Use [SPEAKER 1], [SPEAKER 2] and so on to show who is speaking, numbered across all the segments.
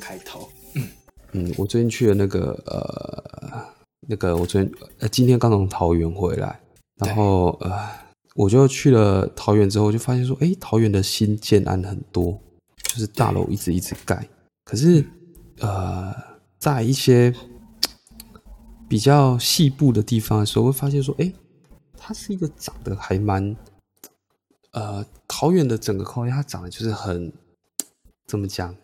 [SPEAKER 1] 开头。
[SPEAKER 2] 嗯，我最近去了那个呃，那个我昨天呃今天刚从桃园回来，然后呃我就去了桃园之后，就发现说，诶，桃园的新建案很多，就是大楼一直一直盖，可是呃在一些比较细部的地方的时候，会发现说，诶，它是一个长得还蛮呃桃园的整个空间，它长得就是很怎么讲？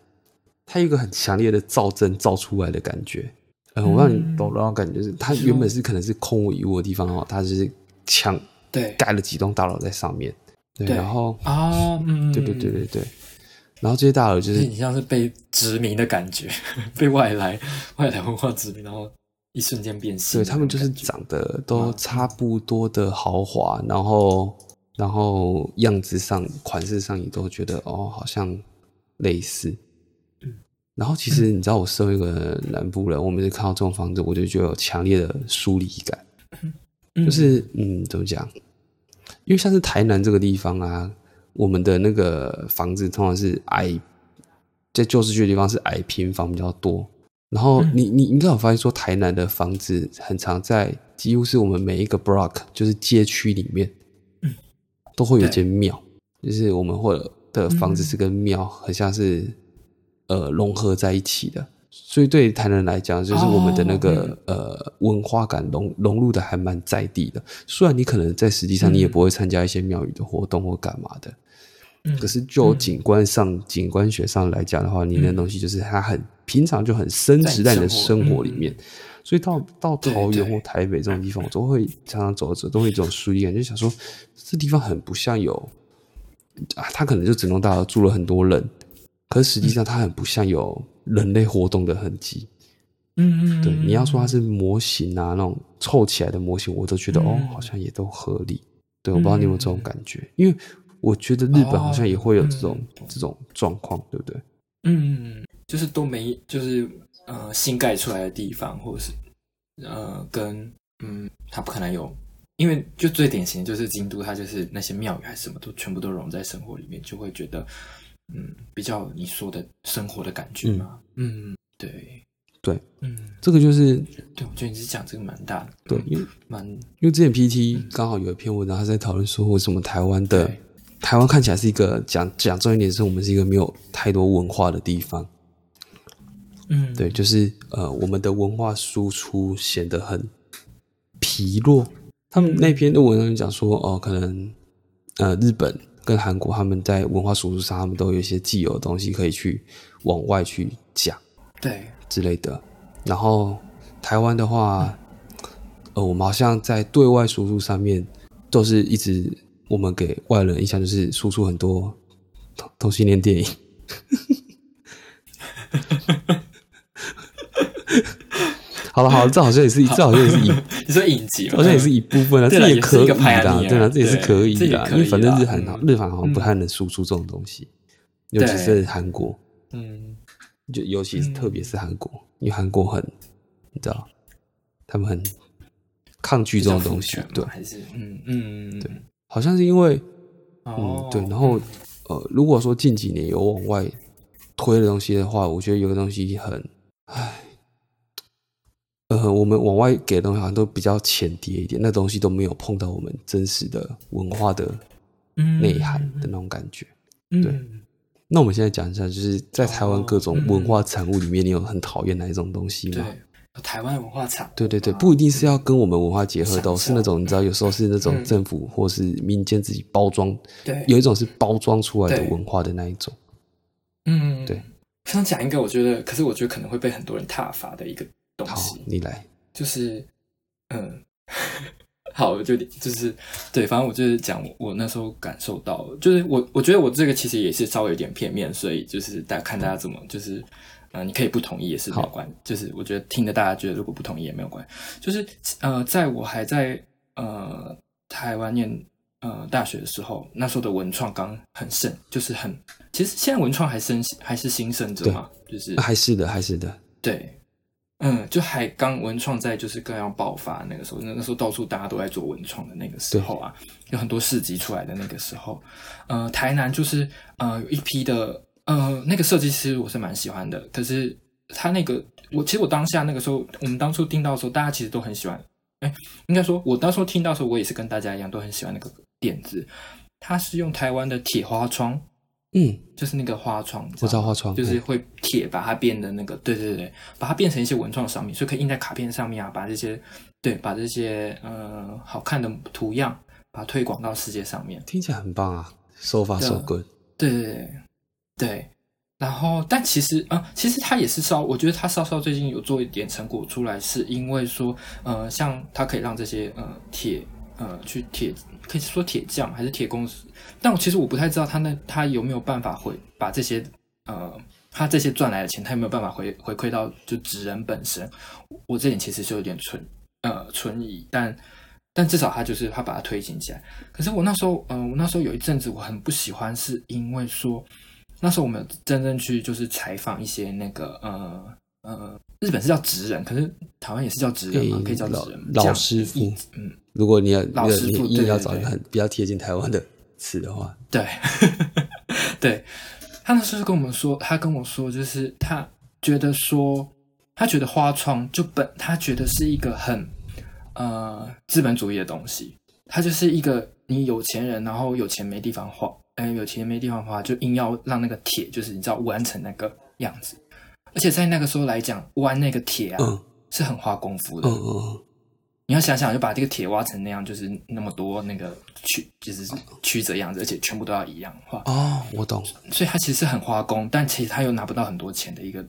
[SPEAKER 2] 它有一个很强烈的造真造出来的感觉。呃，我让你懂那种感觉，就是它原本是可能是空无一物的地方哦，它就是强
[SPEAKER 1] 对
[SPEAKER 2] 盖了几栋大楼在上面。对，
[SPEAKER 1] 对
[SPEAKER 2] 然后
[SPEAKER 3] 啊，嗯，
[SPEAKER 2] 对对对，对对，然后这些大楼就
[SPEAKER 3] 就是
[SPEAKER 2] 是
[SPEAKER 3] 你像是被殖民的感觉， 被外来外来文化殖民，然后一瞬间变性
[SPEAKER 2] 对
[SPEAKER 3] 的那种感觉。嗯
[SPEAKER 2] 他们就是长得都差不多的豪华，然后然后样子上、款式上也都觉得哦，好像类似。
[SPEAKER 3] 嗯
[SPEAKER 2] 然后其实你知道，我身为一个南部人，我每次看到这种房子，我就觉得有强烈的疏离感。
[SPEAKER 3] 嗯
[SPEAKER 2] 就是嗯，怎么讲？因为像是台南这个地方啊，我们的那个房子通常是矮，在旧市区的地方是矮平房比较多。然后你你你应该有发现说，台南的房子很常在几乎是我们每一个 block 就是街区里面，都会有一间庙，就是我们或者的房子是跟庙很像是呃融合在一起的。所以对台南人来讲，就是我们的那个、呃文化感融融入的还蛮在地的。虽然你可能在实际上你也不会参加一些庙宇的活动或干嘛的，
[SPEAKER 3] 嗯
[SPEAKER 2] 可是就景观上、景观学上来讲的话，你那东西就是它很平常就很深植在你的生活里面。所以到到
[SPEAKER 3] 对
[SPEAKER 2] 桃
[SPEAKER 3] 对
[SPEAKER 2] 园或台北这种地方，我都会常常走着走，都会有一种疏离感，就想说这地方很不像有啊，它可能就整栋大楼住了很多人，可是实际上它很不像有人类活动的痕迹。
[SPEAKER 3] 嗯嗯，嗯
[SPEAKER 2] 对，你要说它是模型啊，那种凑起来的模型，我都
[SPEAKER 3] 嗯
[SPEAKER 2] 觉得、哦，好像也都合理。对，我不知道你有没有这种感觉，因为我觉得日本好像也会有这
[SPEAKER 3] 哦
[SPEAKER 2] 种、
[SPEAKER 3] 嗯
[SPEAKER 2] 这种状况，对不对？
[SPEAKER 3] 嗯，就是都没，就是呃新盖出来的地方，或者是呃跟嗯，它不可能有，因为就最典型的就是京都，它就是那些庙宇还是什么都全部都融在生活里面，就会觉得嗯比较你说的生活的感觉嘛，嗯，对
[SPEAKER 2] 对，
[SPEAKER 3] 嗯，
[SPEAKER 2] 这个就是
[SPEAKER 3] 对，我觉得你是讲这个蛮大的，
[SPEAKER 2] 对，因为
[SPEAKER 3] 蛮
[SPEAKER 2] 因为之前 PPT 刚好有一篇文章，他在讨论说为什么台湾的
[SPEAKER 3] 对
[SPEAKER 2] 台湾看起来是一个讲讲重一点是我们是一个没有太多文化的地方，
[SPEAKER 3] 嗯
[SPEAKER 2] 对，就是呃，我们的文化输出显得很疲弱。他们那篇的文章就讲说，哦、可能呃，日本跟韩国他们在文化输出上，他们都有一些既有的东西可以去往外去讲
[SPEAKER 3] 对
[SPEAKER 2] 之类的。然后台湾的话，呃，我们好像在对外输出上面，都是一直我们给外人印象就是输出很多同同性恋电影。 好了好了，这好像也是一，这好像也是一，
[SPEAKER 3] 你说影集嘛，
[SPEAKER 2] 好像也是一部分了，啊
[SPEAKER 3] 对
[SPEAKER 2] 这
[SPEAKER 3] 啦
[SPEAKER 2] 也可以
[SPEAKER 3] 也是一个
[SPEAKER 2] 啦
[SPEAKER 3] pioneer，
[SPEAKER 2] 对啦，这也是
[SPEAKER 3] 啊对
[SPEAKER 2] 可以
[SPEAKER 3] 这也
[SPEAKER 2] 的，
[SPEAKER 3] 可以嗯
[SPEAKER 2] 因为反正日韩
[SPEAKER 3] 啦
[SPEAKER 2] 日韩好像不太能输出这种东西，尤其是韩国。
[SPEAKER 3] 嗯
[SPEAKER 2] 就尤其是特别是韩国，因为韩国很，你知道，他们很抗拒
[SPEAKER 3] 比
[SPEAKER 2] 这
[SPEAKER 3] 较
[SPEAKER 2] 种
[SPEAKER 3] 父
[SPEAKER 2] 东西
[SPEAKER 3] 权，嘛
[SPEAKER 2] 对，
[SPEAKER 3] 还是嗯嗯对，
[SPEAKER 2] 好像是因为，
[SPEAKER 3] 哦
[SPEAKER 2] 嗯，对，然后呃，如果说近几年有往外推的东西的话，我觉得有个东西很，唉，呃，我们往外给的东西好像都比较浅碟一点，那东西都没有碰到我们真实的文化的
[SPEAKER 3] 嗯
[SPEAKER 2] 内涵的那种感觉。对
[SPEAKER 3] 嗯
[SPEAKER 2] 那我们现在讲一下，就是在台湾各种文化产物里面，你有很讨厌哪一种东西吗？
[SPEAKER 3] 对，台湾文化产
[SPEAKER 2] 对对对，不一定是要跟我们文化结合的哦，
[SPEAKER 3] 啊想
[SPEAKER 2] 是那种你知道，有时候是那种
[SPEAKER 3] 嗯
[SPEAKER 2] 政府或是民间自己包装，
[SPEAKER 3] 对
[SPEAKER 2] 有一种是包装出来的
[SPEAKER 3] 对
[SPEAKER 2] 文化的那一种。
[SPEAKER 3] 嗯，
[SPEAKER 2] 对。
[SPEAKER 3] 我想讲一个，我觉得，可是我觉得可能会被很多人挞伐的一个东
[SPEAKER 2] 好
[SPEAKER 3] 西，，
[SPEAKER 2] 你来，
[SPEAKER 3] 就是，嗯，好，我就就是对，反正我就是讲我我那时候感受到，就是我我觉得我这个其实也是稍微有点片面，所以就是大看大家怎么就是。嗯、你可以不同意也是没有
[SPEAKER 2] 好
[SPEAKER 3] 关系，就是我觉得听着大家觉得如果不同意也没有关系，就是呃，在我还在呃台湾念呃大学的时候，那时候的文创刚很盛，就是很其实现在文创还盛还是兴盛着
[SPEAKER 2] 对
[SPEAKER 3] 嘛， 就是
[SPEAKER 2] 啊还是的，还是的，
[SPEAKER 3] 对，嗯，就还刚文创在就是刚要爆发那个时候，那那时候到处大家都在做文创的那个时候啊，有很多市集出来的那个时候，呃，台南就是呃有一批的呃，那个设计师我是蛮喜欢的，可是他那个我其实我当下那个时候，我们当初听到的时候，大家其实都很喜欢。哎，应该说，我当时候听到的时候，我也是跟大家一样都很喜欢那个点子。它是用台湾的铁花窗，
[SPEAKER 2] 嗯，
[SPEAKER 3] 就是那个花窗，
[SPEAKER 2] 我知道花哎窗
[SPEAKER 3] 就是会铁把它变得那个，对对对，把它变成一些文创商品，所以可以印在卡片上面啊，把这些对，把这些呃好看的图样，把它推广到世界上面。
[SPEAKER 2] 听起来很棒啊，so far so good。
[SPEAKER 3] 对对对对，然后但其实啊、呃其实他也是稍，我觉得他稍稍最近有做一点成果出来，是因为说，呃，像他可以让这些呃铁呃去铁，可以说铁匠还是铁工，但我其实我不太知道他那他有没有办法回把这些呃他这些赚来的钱，他有没有办法回回馈到就职人本身？我这点其实是有点存呃存疑，但但至少他就是他把它推进起来。可是我那时候，嗯、我那时候有一阵子我很不喜欢，是因为说那时候我们有真正去就是采访一些那个呃呃，日本是叫职人，可是台湾也是叫职人嘛，啊
[SPEAKER 2] 诶
[SPEAKER 3] 可以叫
[SPEAKER 2] 老
[SPEAKER 3] 职人吗
[SPEAKER 2] 老
[SPEAKER 3] 这样
[SPEAKER 2] 师傅
[SPEAKER 3] 一嗯，
[SPEAKER 2] 如果你要你
[SPEAKER 3] 老师
[SPEAKER 2] 你
[SPEAKER 3] 傅
[SPEAKER 2] 硬
[SPEAKER 3] 对
[SPEAKER 2] 要
[SPEAKER 3] 对
[SPEAKER 2] 找一个
[SPEAKER 3] 对
[SPEAKER 2] 很比较贴近台湾的词的话，
[SPEAKER 3] 对， 对，他那时候就跟我们说，他跟我说，就是他觉得说，他觉得花窗就本他觉得是一个很呃资本主义的东西，它就是一个你有钱人，然后有钱没地方花，哎，有钱没地方花，就硬要让那个铁，就是你知道弯成那个样子，而且在那个时候来讲，弯那个铁啊、
[SPEAKER 2] 嗯
[SPEAKER 3] 是很花功夫的，
[SPEAKER 2] 嗯嗯嗯，
[SPEAKER 3] 你要想想，就把这个铁挖成那样，就是那么多那个曲，就是曲折样子，而且全部都要一样画。
[SPEAKER 2] 哦，我懂，
[SPEAKER 3] 所以他其实是很花工，但其实他又拿不到很多钱的一个，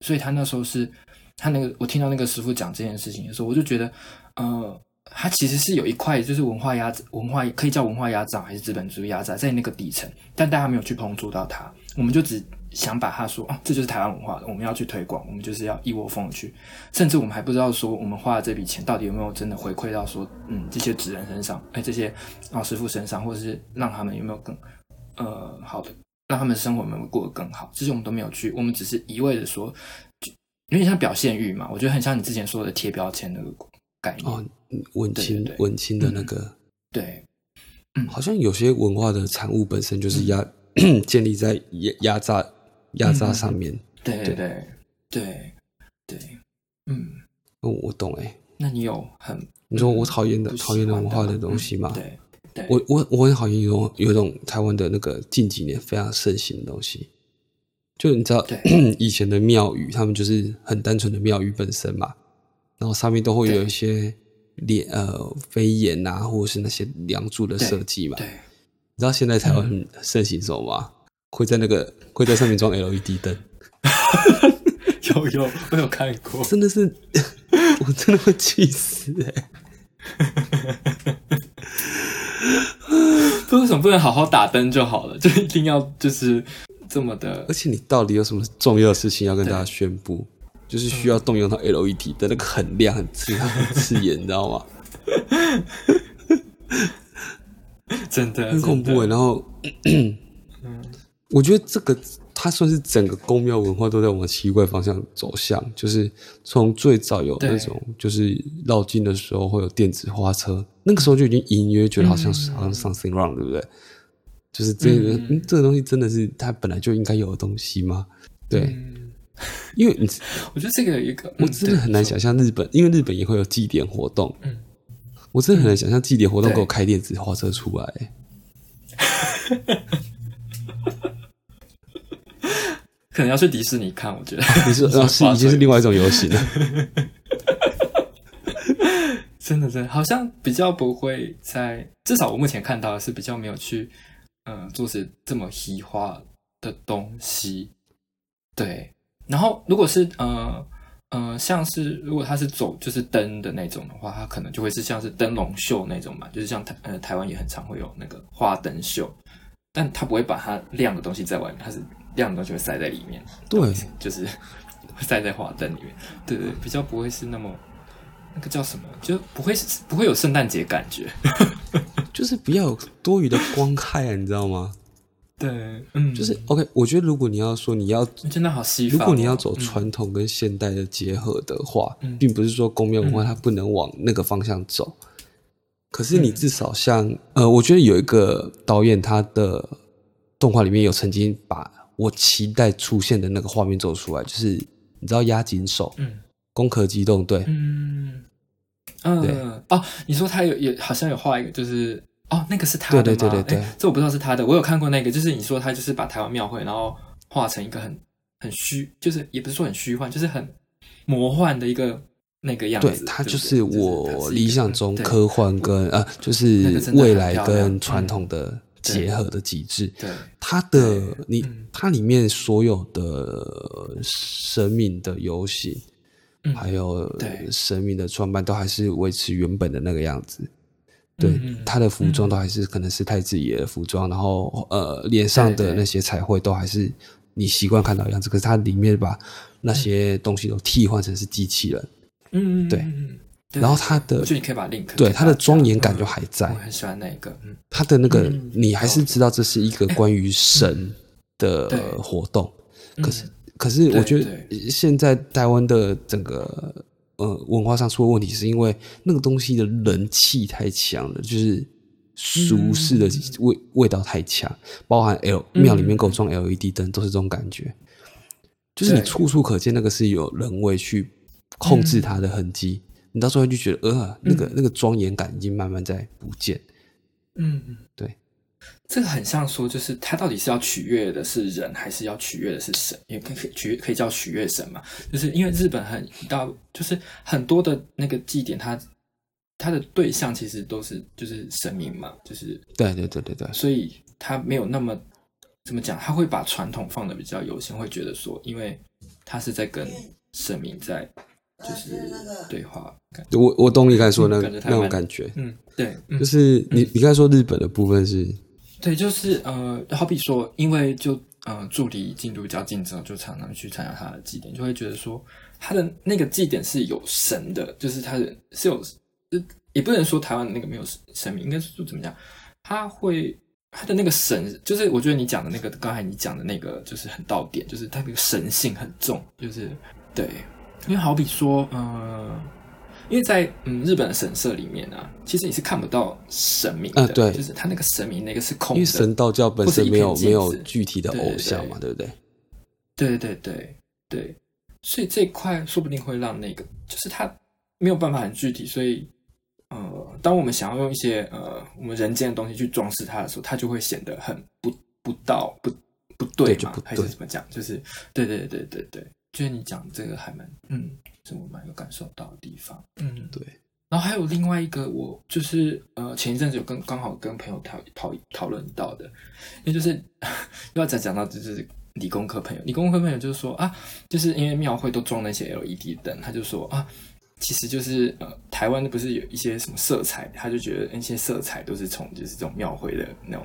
[SPEAKER 3] 所以他那时候是，他那个我听到那个师傅讲这件事情的时候，我就觉得，呃，他其实是有一块就是文化压文化可以叫文化压榨还是资本主义压榨在那个底层，但大家没有去碰触到它，我们就只想把它说啊，这就是台湾文化，我们要去推广，我们就是要一窝蜂地去，甚至我们还不知道说我们花的这笔钱到底有没有真的回馈到说，嗯，这些职人身上，哎，这些老师傅身上，或者是让他们有没有更呃好的，让他们生活有没有过得更好，这些我们都没有去，我们只是一味的说，就有点像表现欲嘛，我觉得很像你之前说的贴标签那个概念，
[SPEAKER 2] 哦，文
[SPEAKER 3] 对
[SPEAKER 2] 青
[SPEAKER 3] 对
[SPEAKER 2] 文青的那个，
[SPEAKER 3] 对，
[SPEAKER 2] 好像有些文化的产物本身就是压
[SPEAKER 3] 嗯
[SPEAKER 2] 建立在压压榨压榨上面。
[SPEAKER 3] 对对
[SPEAKER 2] 对
[SPEAKER 3] 对对对，嗯，
[SPEAKER 2] 嗯，我懂哎、
[SPEAKER 3] 那你有很
[SPEAKER 2] 你说我讨厌的
[SPEAKER 3] 嗯不喜
[SPEAKER 2] 讨厌的文化
[SPEAKER 3] 欢
[SPEAKER 2] 的
[SPEAKER 3] 吗
[SPEAKER 2] 东西
[SPEAKER 3] 嗯
[SPEAKER 2] 吗？
[SPEAKER 3] 对对，
[SPEAKER 2] 我我我很讨厌有一种有一种台湾的那个近几年非常盛行的东西，就你知道 以前的庙宇，他们就是很单纯的庙宇本身嘛，然后上面都会有
[SPEAKER 3] 对
[SPEAKER 2] 一些脸呃飞檐啊，或者是那些梁柱的设计 嘛。
[SPEAKER 3] 对嗯
[SPEAKER 2] 你知道现在台湾很盛行什么吗？会在那个会在上面装 LED 灯，
[SPEAKER 3] 有有我有看过，
[SPEAKER 2] 真的是 我真的会气死哎、
[SPEAKER 3] 不为什么不能好好打灯就好了，就一定要就是这么的
[SPEAKER 2] 而且你到底有什么重要的事情要跟大家宣布？就是需要动用到 LED 的那个很亮、很刺、很刺眼，你知道吗？
[SPEAKER 3] 真的
[SPEAKER 2] 呃很恐怖欸。
[SPEAKER 3] 真的
[SPEAKER 2] 然后，
[SPEAKER 3] 嗯
[SPEAKER 2] 我觉得这个它算是整个宫庙文化都在往奇怪方向走向，就是从最早有那
[SPEAKER 3] 对
[SPEAKER 2] 种就是绕境的时候会有电子花车，那个时候就已经隐约觉得好像是、好像 something wrong，对不对？就是这个，
[SPEAKER 3] 嗯
[SPEAKER 2] 嗯这个东西真的是它本来就应该有的东西吗？对，
[SPEAKER 3] 嗯
[SPEAKER 2] 因为你
[SPEAKER 3] 我觉得这个有一个，
[SPEAKER 2] 我
[SPEAKER 3] 嗯
[SPEAKER 2] 真的很难，想象日本，因为日本也会有祭典活动。
[SPEAKER 3] 嗯
[SPEAKER 2] 我真的很难想象祭典活动
[SPEAKER 3] 对
[SPEAKER 2] 给我开电子花车出来、欸
[SPEAKER 3] 对可能要去迪士尼看，我觉得
[SPEAKER 2] 你 说
[SPEAKER 3] 花
[SPEAKER 2] 啊，是
[SPEAKER 3] 车
[SPEAKER 2] 已经是另外一种游 戏了。
[SPEAKER 3] 真的真的好像比较不会在，至少我目前看到的是比较没有去，嗯、做成这么西化的东西。对，然后如果是呃呃，像是如果他是走就是灯的那种的话，他可能就会是像是灯笼秀那种嘛，就是像台呃台湾也很常会有那个花灯秀，但他不会把它亮的东西在外面，它是亮的东西会塞在里面。
[SPEAKER 2] 对，
[SPEAKER 3] 就是会塞在花灯里面，对对，比较不会是那么那个叫什么，就不会是不会有圣诞节感觉。
[SPEAKER 2] 就是不要有多余的光害啊，你知道吗？
[SPEAKER 3] 对，嗯，
[SPEAKER 2] 就是 OK，我觉得如果你要说你要，
[SPEAKER 3] 真的好西
[SPEAKER 2] 如
[SPEAKER 3] 方哦、
[SPEAKER 2] 果你要走
[SPEAKER 3] 嗯
[SPEAKER 2] 传统跟现代的结合的话，
[SPEAKER 3] 嗯
[SPEAKER 2] 并不是说宫庙文化它不能往那个方向走。可是你至少
[SPEAKER 3] 嗯
[SPEAKER 2] 像呃，我觉得有一个导演他的动画里面有曾经把我期待出现的那个画面走出来，就是你知道押井守、
[SPEAKER 3] 嗯
[SPEAKER 2] 攻壳机动队，
[SPEAKER 3] 嗯
[SPEAKER 2] 对
[SPEAKER 3] 嗯哦，你说他有也好像有画一个，就是哦，那个是他的吗？
[SPEAKER 2] 对对对对对
[SPEAKER 3] 诶这我不知道是他的，我有看过那个，就是你说他就是把台湾庙会，然后画成一个很很虚，就是也不是说很虚幻，就是很魔幻的一个那个样子。
[SPEAKER 2] 对
[SPEAKER 3] 对不对，
[SPEAKER 2] 它就
[SPEAKER 3] 就是
[SPEAKER 2] 是
[SPEAKER 3] 它
[SPEAKER 2] 我
[SPEAKER 3] 是一个嗯
[SPEAKER 2] 理想中
[SPEAKER 3] 对嗯
[SPEAKER 2] 科幻跟呃，就是
[SPEAKER 3] 那个真的很
[SPEAKER 2] 未来
[SPEAKER 3] 漂亮嗯
[SPEAKER 2] 跟传统的结合的机制。
[SPEAKER 3] 对
[SPEAKER 2] 它的你
[SPEAKER 3] 嗯，
[SPEAKER 2] 它里面所有的呃生命的游行，
[SPEAKER 3] 嗯
[SPEAKER 2] 还有呃
[SPEAKER 3] 对
[SPEAKER 2] 生命的创办，都还是维持原本的那个样子。对
[SPEAKER 3] 嗯嗯，
[SPEAKER 2] 它的服装
[SPEAKER 3] 嗯
[SPEAKER 2] 都还是可能是太子爷的服装，然后呃，脸上
[SPEAKER 3] 对
[SPEAKER 2] 的
[SPEAKER 3] 对
[SPEAKER 2] 那些彩绘都还是你习惯看到的样子。可是它里面把
[SPEAKER 3] 嗯
[SPEAKER 2] 那些东西都替换成是机器人。
[SPEAKER 3] 嗯嗯
[SPEAKER 2] 对
[SPEAKER 3] 嗯嗯对
[SPEAKER 2] 然后
[SPEAKER 3] 对
[SPEAKER 2] 它的
[SPEAKER 3] 我觉得你可以把 link
[SPEAKER 2] 对
[SPEAKER 3] 给
[SPEAKER 2] 它的
[SPEAKER 3] 大家
[SPEAKER 2] 庄严感
[SPEAKER 3] 嗯
[SPEAKER 2] 就还在
[SPEAKER 3] 我，很喜欢那一个，嗯，
[SPEAKER 2] 它的那个
[SPEAKER 3] 嗯
[SPEAKER 2] 你还是知道这是一个关于神
[SPEAKER 3] 对
[SPEAKER 2] 的活动，
[SPEAKER 3] 嗯
[SPEAKER 2] 呃可是可是我觉
[SPEAKER 3] 对
[SPEAKER 2] 得现在台湾的整个呃文化上出了问题，是因为那个东西的人气太强了，就是俗世的味味道太强，包含 L
[SPEAKER 3] 嗯
[SPEAKER 2] 庙里面给我装 LED 灯都是这种感觉，就是你
[SPEAKER 3] 对
[SPEAKER 2] 处处可见那个是有人为去控制它的痕迹。你到最后就觉得，呃，那个
[SPEAKER 3] 嗯
[SPEAKER 2] 那个庄严感已经慢慢在不见。
[SPEAKER 3] 嗯，嗯
[SPEAKER 2] 对，
[SPEAKER 3] 这个很像说，就是他到底是要取悦的是人，还是要取悦的是神？也可以可以取可以叫取悦神嘛？就是因为日本很大，就是很多的那个祭典，它它的对象其实都是就是神明嘛，就是
[SPEAKER 2] 对对对对对，
[SPEAKER 3] 所以他没有那么怎么讲，他会把传统放的比较优先，会觉得说，因为他是在跟神明在就是对话，感
[SPEAKER 2] 我我懂你刚才说的
[SPEAKER 3] 嗯
[SPEAKER 2] 那
[SPEAKER 3] 感觉台
[SPEAKER 2] 那
[SPEAKER 3] 湾
[SPEAKER 2] 种感觉，
[SPEAKER 3] 嗯，对，嗯
[SPEAKER 2] 就。是你你刚才说日本的部分是，
[SPEAKER 3] 对，就是呃，好比说，因为就呃，助理进入较近之后，就常常去参加他的祭典，就会觉得说，他的那个祭典是有神的，就是他的是有，呃也不能说台湾的那个没有神神明，应该是说怎么讲，他会他的那个神，就是我觉得你讲的那个，刚才你讲的那个，就是很到点，就是他那个神性很重，就是对，因为好比说，呃。因为在嗯日本的神社里面啊，其实你是看不到神明的，
[SPEAKER 2] 啊对
[SPEAKER 3] 就是他那个神明那个是空
[SPEAKER 2] 因为
[SPEAKER 3] 的，
[SPEAKER 2] 神道教本
[SPEAKER 3] 或是
[SPEAKER 2] 身
[SPEAKER 3] 一
[SPEAKER 2] 没有
[SPEAKER 3] 片
[SPEAKER 2] 没有
[SPEAKER 3] 镜子
[SPEAKER 2] 具体的
[SPEAKER 3] 对
[SPEAKER 2] 偶
[SPEAKER 3] 对
[SPEAKER 2] 像嘛，对不对？
[SPEAKER 3] 对对对对，所以这一块说不定会让那个，就是它没有办法很具体，所以呃，当我们想要用一些呃我们人间的东西去装饰它的时候，它就会显得很不不到不不对
[SPEAKER 2] 对就
[SPEAKER 3] 嘛，
[SPEAKER 2] 不
[SPEAKER 3] 还是
[SPEAKER 2] 对
[SPEAKER 3] 怎么讲？就是对对对对对，就是你讲这个还蛮嗯，是我蛮有感受到的地方，嗯，
[SPEAKER 2] 对。
[SPEAKER 3] 然后还有另外一个，我就是呃前一阵子有跟刚好跟朋友讨讨讨论到的，因为就是又要再讲到就是理工科朋友，理工科朋友就是说啊，就是因为庙会都装那些 LED 灯，他就说啊，其实就是呃台湾不是有一些什么色彩，他就觉得那些色彩都是从就是这种庙会的那种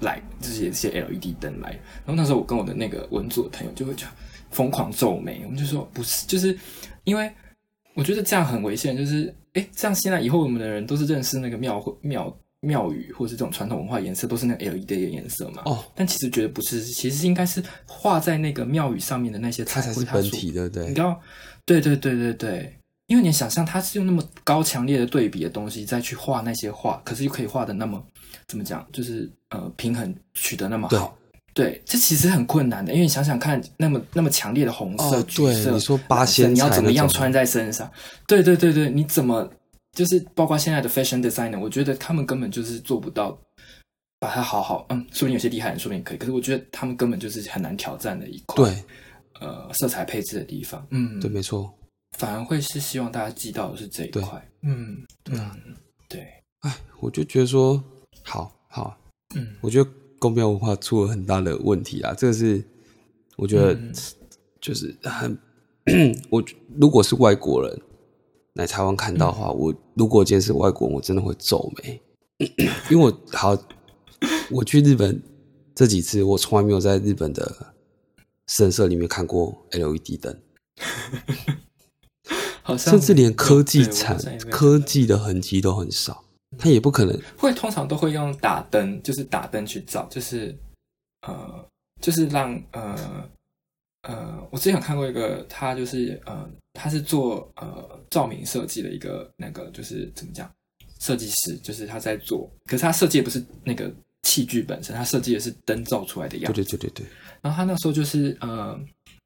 [SPEAKER 3] 来，就是也是一些 LED 灯来。然后那时候我跟我的那个文组的朋友就会就疯狂皱眉，我们就说不是，就是因为我觉得这样很危险，就是诶，这样现在以后我们的人都是认识那个庙会庙庙宇或是这种传统文化颜色都是那个 LED 的颜色嘛。
[SPEAKER 2] 哦，
[SPEAKER 3] 但其实觉得不是，其实应该是画在那个庙宇上面的那些
[SPEAKER 2] 它
[SPEAKER 3] 彩
[SPEAKER 2] 才
[SPEAKER 3] 绘，
[SPEAKER 2] 是本体，对不
[SPEAKER 3] 你
[SPEAKER 2] 对
[SPEAKER 3] 知？道？对对对对对，因为你想象它是用那么高强烈的对比的东西再去画那些画，可是又可以画的那么怎么讲，就是呃平衡取得那么好。对，这其实很困难的，因为你想想看，那么那么强烈的红色、
[SPEAKER 2] 哦
[SPEAKER 3] 橘色
[SPEAKER 2] 对，你说八
[SPEAKER 3] 蓝色
[SPEAKER 2] 仙
[SPEAKER 3] 你要
[SPEAKER 2] 彩
[SPEAKER 3] 怎么
[SPEAKER 2] 那
[SPEAKER 3] 样
[SPEAKER 2] 种，啊
[SPEAKER 3] 穿在身上？对对对对，你怎么就是包括现在的 fashion designer，我觉得他们根本就是做不到把它好好，嗯，说不定有些厉害人说不定可以，可是我觉得他们根本就是很难挑战的一块，
[SPEAKER 2] 对
[SPEAKER 3] 呃，色彩配置的地方，嗯，
[SPEAKER 2] 对，没错。
[SPEAKER 3] 反而会是希望大家记到的是这一
[SPEAKER 2] 对
[SPEAKER 3] 块，嗯，对啊，对，
[SPEAKER 2] 哎，我就觉得说，好好，
[SPEAKER 3] 嗯，
[SPEAKER 2] 我觉得公庙文化出了很大的问题啦，这个是我觉得
[SPEAKER 3] 嗯
[SPEAKER 2] 就是很，我如果是外国人来台湾看到
[SPEAKER 3] 嗯
[SPEAKER 2] 的话，我如果今天是外国人，我真的会皱眉， 因为我好，我去日本这几次，我从来没有在日本的神社里面看过 LED 灯，
[SPEAKER 3] 好像
[SPEAKER 2] 甚至连科技
[SPEAKER 3] 对我好
[SPEAKER 2] 产
[SPEAKER 3] 像也没有
[SPEAKER 2] 科技的痕迹都很少，它也不可能
[SPEAKER 3] 会通常都会用打灯，就是打灯去照，就是呃，就是让呃呃，我之前有看过一个，他就是呃，他是做呃照明设计的一个那个，就是怎么讲，设计师，就是他在做，可是他设计的不是那个器具本身，它设计的是灯照出来的样
[SPEAKER 2] 对
[SPEAKER 3] 子。
[SPEAKER 2] 对对对对，
[SPEAKER 3] 然后他那时候就是呃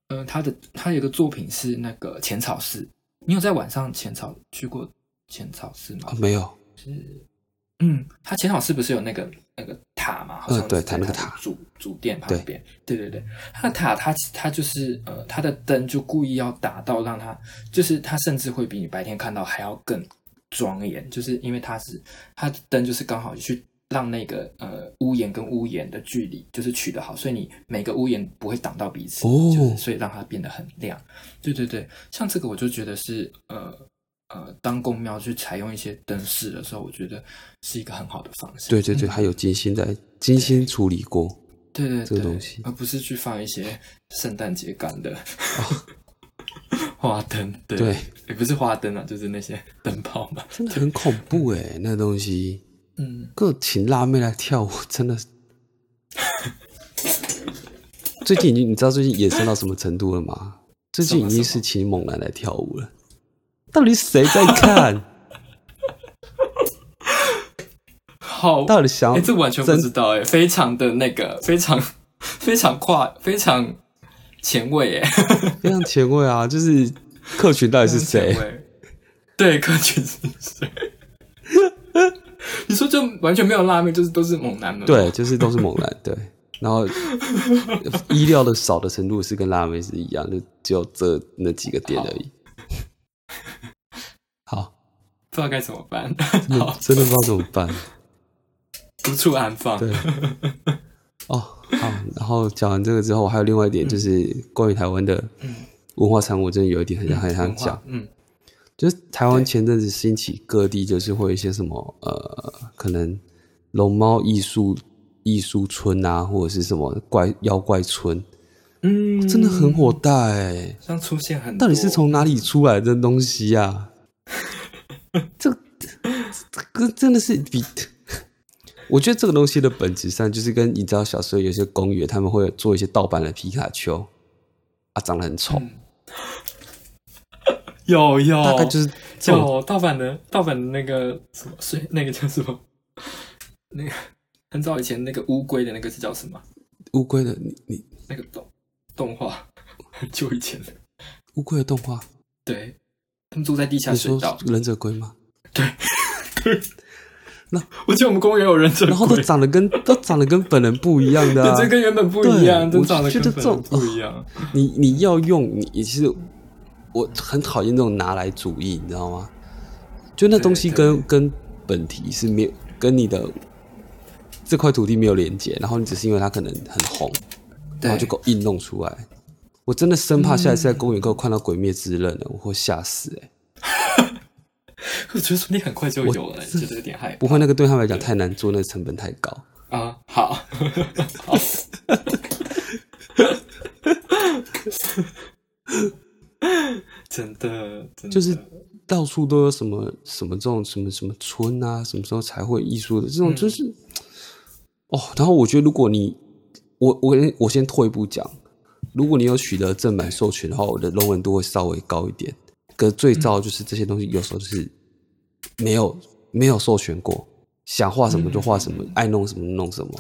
[SPEAKER 3] 呃，他的他有一个作品是那个浅草寺，你有在晚上浅草去过浅草寺吗
[SPEAKER 2] 啊？没有，
[SPEAKER 3] 嗯，它浅草寺不是有那个那个塔嘛？好像
[SPEAKER 2] 嗯对
[SPEAKER 3] 是在
[SPEAKER 2] 它那个
[SPEAKER 3] 它的
[SPEAKER 2] 塔
[SPEAKER 3] 主主殿旁边。对对对，它的塔它它就是呃，它的灯就故意要打到让它，就是它甚至会比你白天看到还要更庄严，就是因为它是它的灯就是刚好去让那个呃屋檐跟屋檐的距离就是取得好，所以你每个屋檐不会挡到彼此，
[SPEAKER 2] 哦
[SPEAKER 3] 就是所以让它变得很亮。对对对，像这个我就觉得是呃呃，当公庙去采用一些灯饰的时候，我觉得是一个很好的方式。
[SPEAKER 2] 对对对，
[SPEAKER 3] 嗯
[SPEAKER 2] 还有精心在精心处理过，
[SPEAKER 3] 对对对，
[SPEAKER 2] 这个东西
[SPEAKER 3] 而不是去放一些圣诞节感的、 花灯，对，
[SPEAKER 2] 哦对
[SPEAKER 3] 也不是花灯啊，就是那些灯泡嘛。
[SPEAKER 2] 真的很恐怖哎、那东西。
[SPEAKER 3] 嗯，
[SPEAKER 2] 各请辣妹来跳舞， 真的是。最近已经，你知道最近衍生到什么程度了吗？最近已经是请猛男来跳舞了，到底谁在看？
[SPEAKER 3] 好，
[SPEAKER 2] 到底想
[SPEAKER 3] 哎、
[SPEAKER 2] 要
[SPEAKER 3] 这完全不
[SPEAKER 2] 真
[SPEAKER 3] 知道哎、非常的那个，非常非常跨，非常前卫哎、
[SPEAKER 2] 非常前卫啊？就是客群到底 是谁
[SPEAKER 3] 前？卫？对，客群是谁？ 你说就完全没有辣妹，就是都是猛男们吗。
[SPEAKER 2] 对，就是都是猛男，对。然后医疗的少的程度是跟辣妹是一样，就只有这那几个点而已。好，
[SPEAKER 3] 不知道该怎么办，
[SPEAKER 2] 真的
[SPEAKER 3] 好，
[SPEAKER 2] 真的不知道怎么办。
[SPEAKER 3] 无处安放。
[SPEAKER 2] 对，哦，好，然后讲完这个之后，还有另外一点就是关于台湾的文化产物，我真的有一点很想很想
[SPEAKER 3] 文化
[SPEAKER 2] 讲，
[SPEAKER 3] 嗯，
[SPEAKER 2] 就是台湾
[SPEAKER 3] 对
[SPEAKER 2] 前阵子兴起各地就是会有一些什么呃，可能龙猫艺术艺术村啊，或者是什么怪妖怪村，
[SPEAKER 3] 嗯，
[SPEAKER 2] 真的很火大哎、
[SPEAKER 3] 像出现很多，
[SPEAKER 2] 到底是从哪里出来的东西呀、 啊？这这个真的是比， 我觉得这个东西的本质上就是跟你知道小时候有些公园他们会做一些盗版的皮卡丘，啊，长得很丑，
[SPEAKER 3] 嗯 有有，
[SPEAKER 2] 大概就是这种
[SPEAKER 3] 有盗版的盗版的那个什么水，那个叫什么？那个很早以前那个乌龟的那个是叫什么？
[SPEAKER 2] 乌龟的你你
[SPEAKER 3] 那个动动画， 很久以前的。
[SPEAKER 2] 乌龟的动画，
[SPEAKER 3] 对，他们住在地下
[SPEAKER 2] 你
[SPEAKER 3] 水
[SPEAKER 2] 说
[SPEAKER 3] 道。
[SPEAKER 2] 忍者龟 吗？
[SPEAKER 3] 我记得我们公园有忍者龟，
[SPEAKER 2] 然后都长得跟都长得跟本人不一样的、啊
[SPEAKER 3] 对，这，跟原本不一样，
[SPEAKER 2] 对
[SPEAKER 3] 都长得
[SPEAKER 2] 我就
[SPEAKER 3] 跟
[SPEAKER 2] 觉得
[SPEAKER 3] 本
[SPEAKER 2] 这
[SPEAKER 3] 人
[SPEAKER 2] 种
[SPEAKER 3] 不一样。
[SPEAKER 2] 你你要用你其实我很讨厌这种拿来主义，你知道吗？就那东西跟跟本体是没有跟你的这块土地没有连接，然后你只是因为它可能很红，然后就给 我硬弄出来。我真的生怕下一次在公园给我看到《鬼灭之刃》了，我会吓死哎、欸
[SPEAKER 3] 我觉得说不定很快就有了，觉得有点害
[SPEAKER 2] 不会，那个对他们来讲太难做，那个成本太高。
[SPEAKER 3] 怕啊。 好，好， 真的，真的
[SPEAKER 2] 就是到处都有什么什么这种什么什么村啊，什么时候才会艺术的这种，
[SPEAKER 3] 嗯
[SPEAKER 2] 就是、哦。然后我觉得，如果你我我我先退一步讲，如果你有取得正版授权的话，我的容忍度会稍微高一点。可是
[SPEAKER 3] 嗯
[SPEAKER 2] 最糟就是这些东西有时候就是没有没有授权过，想画什么就画什
[SPEAKER 3] 嗯
[SPEAKER 2] 么，爱弄什么弄什么。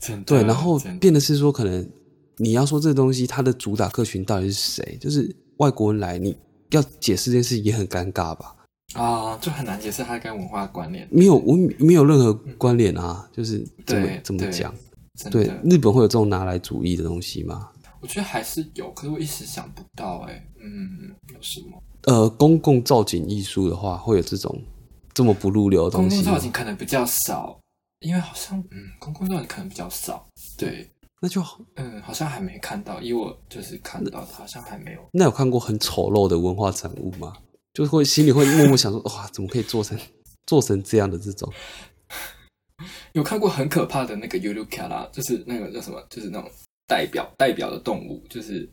[SPEAKER 3] 真的
[SPEAKER 2] 对，然后
[SPEAKER 3] 啊真的
[SPEAKER 2] 变的是说，可能你要说这东西它的主打客群到底是谁，就是外国人来，你要解释这件事也很尴尬吧？
[SPEAKER 3] 啊，就很难解释它跟文化关联。
[SPEAKER 2] 没有，我没有任何关联啊，就是怎么
[SPEAKER 3] 对
[SPEAKER 2] 怎么
[SPEAKER 3] 对
[SPEAKER 2] 讲？
[SPEAKER 3] 真
[SPEAKER 2] 对
[SPEAKER 3] 的，，
[SPEAKER 2] 日本会有这种拿来主义的东西吗？
[SPEAKER 3] 我觉得还是有，可是我一时想不到、哎，嗯，有什么？
[SPEAKER 2] 呃，公共造景艺术的话，会有这种这么不入流的
[SPEAKER 3] 公
[SPEAKER 2] 东
[SPEAKER 3] 共
[SPEAKER 2] 西
[SPEAKER 3] 造
[SPEAKER 2] 吗？
[SPEAKER 3] 景可能比较少，因为好像，嗯，公共造景可能比较少。对，
[SPEAKER 2] 那就好。
[SPEAKER 3] 嗯，好像还没看到，以我就是看到的，好像还没有。
[SPEAKER 2] 那有看过很丑陋的文化产物吗？就是会心里会默默想说， 哇，怎么可以做成做成这样的这种？
[SPEAKER 3] 有看过很可怕的那个 y u l u k a l a 就是那个叫什么，就是那种代表代表的动物，就是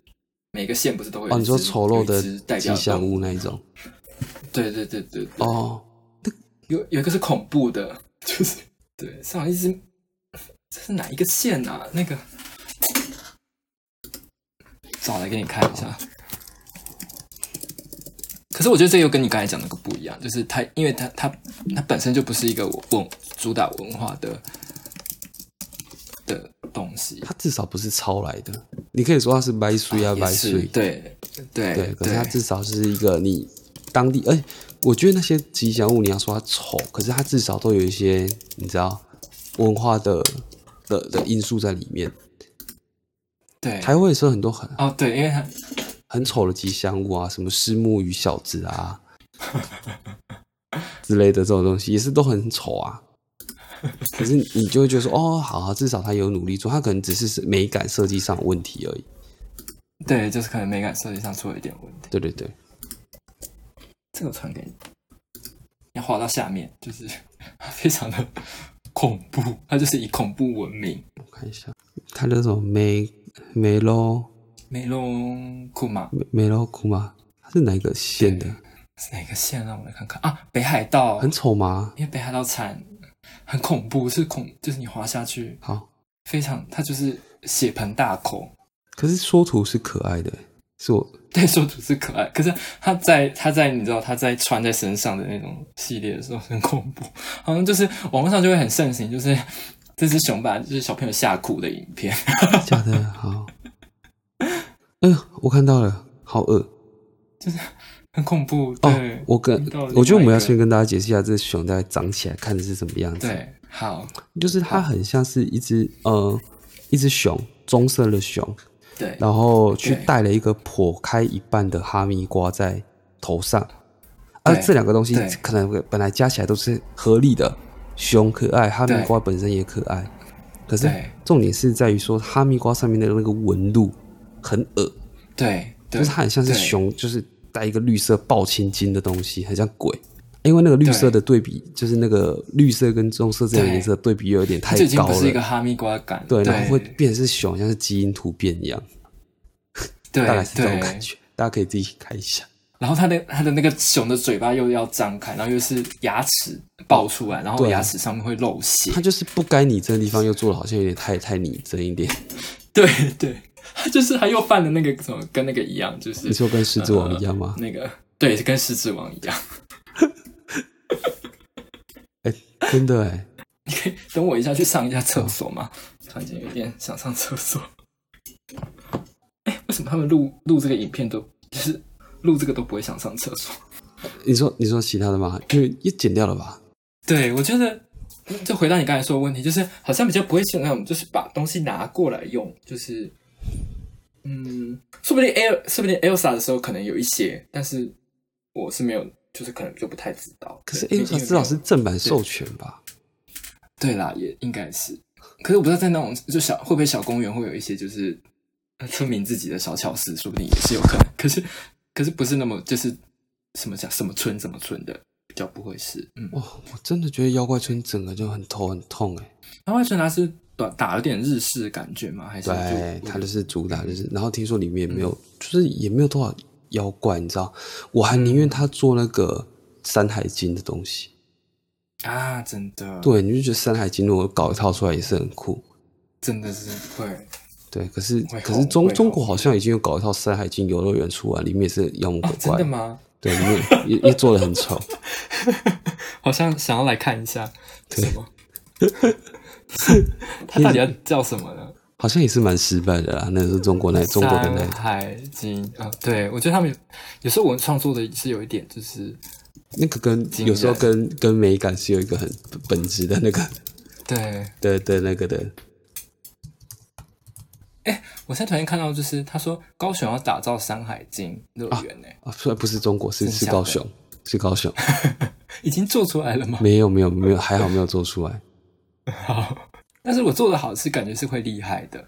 [SPEAKER 3] 每个县不是都会有
[SPEAKER 2] 哦，
[SPEAKER 3] 一
[SPEAKER 2] 你说
[SPEAKER 3] 只
[SPEAKER 2] 丑陋
[SPEAKER 3] 有
[SPEAKER 2] 的
[SPEAKER 3] 一只代表
[SPEAKER 2] 吉
[SPEAKER 3] 的
[SPEAKER 2] 祥
[SPEAKER 3] 动物？
[SPEAKER 2] 物那一种？
[SPEAKER 3] 对对对对对
[SPEAKER 2] 哦，
[SPEAKER 3] 有有一个是恐怖的， 就是对，上一只这是哪一个县啊？那个找来给你看一下。可可是我觉得这又跟你刚才讲那个不一样，就是它，因为它它它本身就不是一个文主打文化的的东西，
[SPEAKER 2] 它至少不是抄来的。你可以说它是白水啊，
[SPEAKER 3] 也
[SPEAKER 2] 白
[SPEAKER 3] 是
[SPEAKER 2] 水，
[SPEAKER 3] 对对
[SPEAKER 2] 对，可是它至少是一个你当地，哎、我觉得那些吉祥物，你要说它丑，可是它至少都有一些你知道文化的的的因素在里面。
[SPEAKER 3] 对
[SPEAKER 2] 台湾也是有很多很
[SPEAKER 3] 哦对，因为它
[SPEAKER 2] 很丑的吉祥物啊，什么狮木鱼小子啊 之类的这种东西，也是都很丑啊。可是你就会觉得说，哦，好啊，至少他有努力做，他可能只是美感设计上有问题而已。
[SPEAKER 3] 对，就是可能美感设计上出了一点问题。
[SPEAKER 2] 对对对，
[SPEAKER 3] 这个传给你，要滑到下面，就是 非常的恐怖，它就是以恐怖闻名。
[SPEAKER 2] 我看一下，他的什么梅梅洛
[SPEAKER 3] 梅隆库玛
[SPEAKER 2] 梅梅洛库吗？他是哪个县的？
[SPEAKER 3] 是哪个县？让我来看看啊，北海道，
[SPEAKER 2] 很丑吗？
[SPEAKER 3] 因为北海道产很恐怖，是恐，就是你滑下去
[SPEAKER 2] 好，
[SPEAKER 3] 非常，它就是血盆大口。
[SPEAKER 2] 可是缩图是可爱的、是我
[SPEAKER 3] 对，说图是可爱，可是它在它在你知道它在穿在身上的那种系列的时候很恐怖，好像就是网络上就会很盛行，就是这只熊把就是小朋友吓哭的影片。
[SPEAKER 2] 假的。 好，哎呦，我看到了，好饿。
[SPEAKER 3] 很恐怖。
[SPEAKER 2] 哦
[SPEAKER 3] 对，，
[SPEAKER 2] 我跟
[SPEAKER 3] 听到另
[SPEAKER 2] 我觉得我们
[SPEAKER 3] 外
[SPEAKER 2] 要
[SPEAKER 3] 一个
[SPEAKER 2] 先跟大家解释一下这熊大概长起来看的是什么样子。，
[SPEAKER 3] 对好
[SPEAKER 2] 就是它很像是一只呃一只熊，棕色的熊，
[SPEAKER 3] 对
[SPEAKER 2] 然后去
[SPEAKER 3] 对
[SPEAKER 2] 戴了一个剖开一半的哈密瓜在头上。而
[SPEAKER 3] 对
[SPEAKER 2] 这两个东西
[SPEAKER 3] 对
[SPEAKER 2] 可能本来加起来都是合理的，熊可爱，哈密
[SPEAKER 3] 对
[SPEAKER 2] 瓜本身也可爱。可是
[SPEAKER 3] 对
[SPEAKER 2] 重点是在于说，哈密瓜上面的那个纹路很恶，
[SPEAKER 3] 对对，
[SPEAKER 2] 就是它很像是
[SPEAKER 3] 对，
[SPEAKER 2] 熊，就是带一个绿色爆青筋的东西，很像鬼。因为那个绿色的对比，就是那个绿色跟棕色这两个颜色的对比又有点
[SPEAKER 3] 它
[SPEAKER 2] 太
[SPEAKER 3] 就已经
[SPEAKER 2] 高
[SPEAKER 3] 不
[SPEAKER 2] 了
[SPEAKER 3] 是一，个哈密瓜感，
[SPEAKER 2] 对，
[SPEAKER 3] 对，
[SPEAKER 2] 然后会变成是熊，像是基因突变一样，
[SPEAKER 3] 对
[SPEAKER 2] 大概是这种
[SPEAKER 3] 对
[SPEAKER 2] 感，觉。大家可以自己看一下，
[SPEAKER 3] 然后它的它的那个熊的嘴巴又要张开，然后又是牙齿爆出来，然后
[SPEAKER 2] 对
[SPEAKER 3] 牙齿上面会漏血
[SPEAKER 2] 它，就是不该拟真的地方又做的好像有点太太拟 真一点。
[SPEAKER 3] 对对，它就是它又犯了那个什么跟那个一样，就是
[SPEAKER 2] 你说跟狮子王一样吗？
[SPEAKER 3] 那个对，跟狮子王一样。嗯
[SPEAKER 2] 真的哎，
[SPEAKER 3] 等我一下去上一下厕所嘛，突然间有点想上厕所。哎，为什么他们录录这个影片都就是录这个都不会想上厕所？
[SPEAKER 2] 你说你说其他的吗？因为也剪掉了吧？
[SPEAKER 3] 对，我觉得就回到你刚才说的问题，就是好像比较不会像那种就是把东西拿过来用，就是嗯，说不定 El 说不定 Elsa 的时候可能有一些，但是我是没有，就是可能就不太知道。
[SPEAKER 2] 可是
[SPEAKER 3] 对
[SPEAKER 2] Elsa
[SPEAKER 3] 因为
[SPEAKER 2] 至少
[SPEAKER 3] 没有
[SPEAKER 2] 是正版授权吧？
[SPEAKER 3] 对啦，也应该是。可是我不知道在那种就小会不会小公园会有一些就是呃村民自己的小巧思，说不定也是有可能。可是可是不是那么就是什么讲什么村怎么村的比较不会是嗯。
[SPEAKER 2] 哇、我真的觉得妖怪村整个就很头很痛哎。
[SPEAKER 3] 然后外村它是打打有点日式的感觉吗？还是
[SPEAKER 2] 对，
[SPEAKER 3] 就嗯
[SPEAKER 2] 它就是主打就是，然后听说里面也没有，就是也没有多少妖怪，你知道？我还宁愿他做那个《山海经》的东西。
[SPEAKER 3] 嗯啊，真的
[SPEAKER 2] 对，你就觉得《山海经》如果搞一套出来也是很酷。
[SPEAKER 3] 真的是会哦
[SPEAKER 2] 对，可是
[SPEAKER 3] 会
[SPEAKER 2] 可
[SPEAKER 3] 红
[SPEAKER 2] 是中
[SPEAKER 3] 会红
[SPEAKER 2] 中国好像已经有搞一套《山海经》游乐园出来，里面也是妖魔
[SPEAKER 3] 啊
[SPEAKER 2] 鬼，
[SPEAKER 3] 真
[SPEAKER 2] 怪，
[SPEAKER 3] 的吗？
[SPEAKER 2] 对，里面也也做的很丑。
[SPEAKER 3] 好像想要来看一下
[SPEAKER 2] 对
[SPEAKER 3] 什 么？ 它到底要叫什么呢？
[SPEAKER 2] 好像也是蛮失败的啦，那是中国那中国的那
[SPEAKER 3] 山海经》啊、对我觉得他们有有时候文创作的是有一点就是
[SPEAKER 2] 那个跟
[SPEAKER 3] 惊
[SPEAKER 2] 有时候
[SPEAKER 3] 人
[SPEAKER 2] 跟跟美感是有一个很本质的那个
[SPEAKER 3] 对
[SPEAKER 2] 的的那个的，
[SPEAKER 3] 我现在突然看到就是他说高雄要打造《山海经》乐园呢，
[SPEAKER 2] 啊，虽然不是中国，是
[SPEAKER 3] 真
[SPEAKER 2] 是
[SPEAKER 3] 假
[SPEAKER 2] 高
[SPEAKER 3] 的
[SPEAKER 2] 雄，是高雄。
[SPEAKER 3] 已经做出来了吗？
[SPEAKER 2] 没有没有没有，还好没有做出 来。
[SPEAKER 3] 好，但是我做的好是感觉是会厉害的，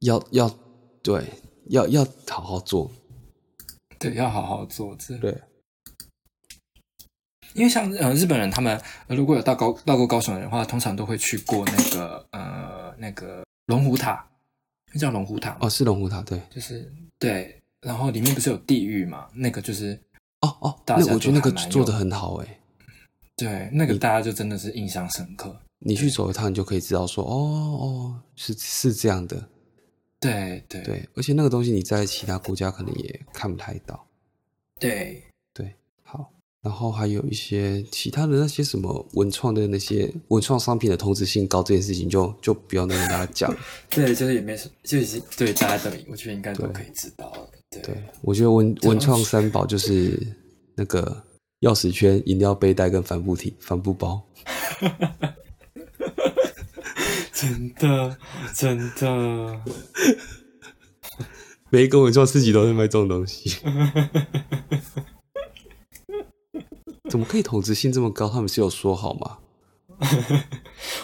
[SPEAKER 2] 要要对，要要好好做。
[SPEAKER 3] 对，要好好做这。
[SPEAKER 2] 对，
[SPEAKER 3] 因为像呃日本人他们呃如果有到高到过高雄的话，通常都会去过那个呃那个龙虎塔，那叫龙虎塔吗
[SPEAKER 2] 哦，是龙虎塔对。
[SPEAKER 3] 就是对，然后里面不是有地狱嘛？那个就是
[SPEAKER 2] 哦哦，
[SPEAKER 3] 大
[SPEAKER 2] 那
[SPEAKER 3] 家
[SPEAKER 2] 我
[SPEAKER 3] 都
[SPEAKER 2] 觉得那个
[SPEAKER 3] 还蛮有
[SPEAKER 2] 做的很好哎、
[SPEAKER 3] 对，那个大家就真的是印象深刻。
[SPEAKER 2] 你去走一趟，你就可以知道说，哦哦，是是这样的。
[SPEAKER 3] 对对
[SPEAKER 2] 对，而且那个东西你在其他国家可能也看不太到。
[SPEAKER 3] 对
[SPEAKER 2] 对，好，然后还有一些其他的那些什么文创的那些文创商品的同质性高这件事情就，就不要再跟大家讲了。
[SPEAKER 3] 对，就是也没什，就已经对大家都，我觉得应该都可以知道了。对，
[SPEAKER 2] 对，我觉得文
[SPEAKER 3] 么
[SPEAKER 2] 文创三宝就是那个钥匙圈、饮料背带跟帆布体、帆布包。
[SPEAKER 3] 真的，真的，
[SPEAKER 2] 每一个文创市集都在卖这种东西。 怎么可以同质性这么高？他们是有说好吗？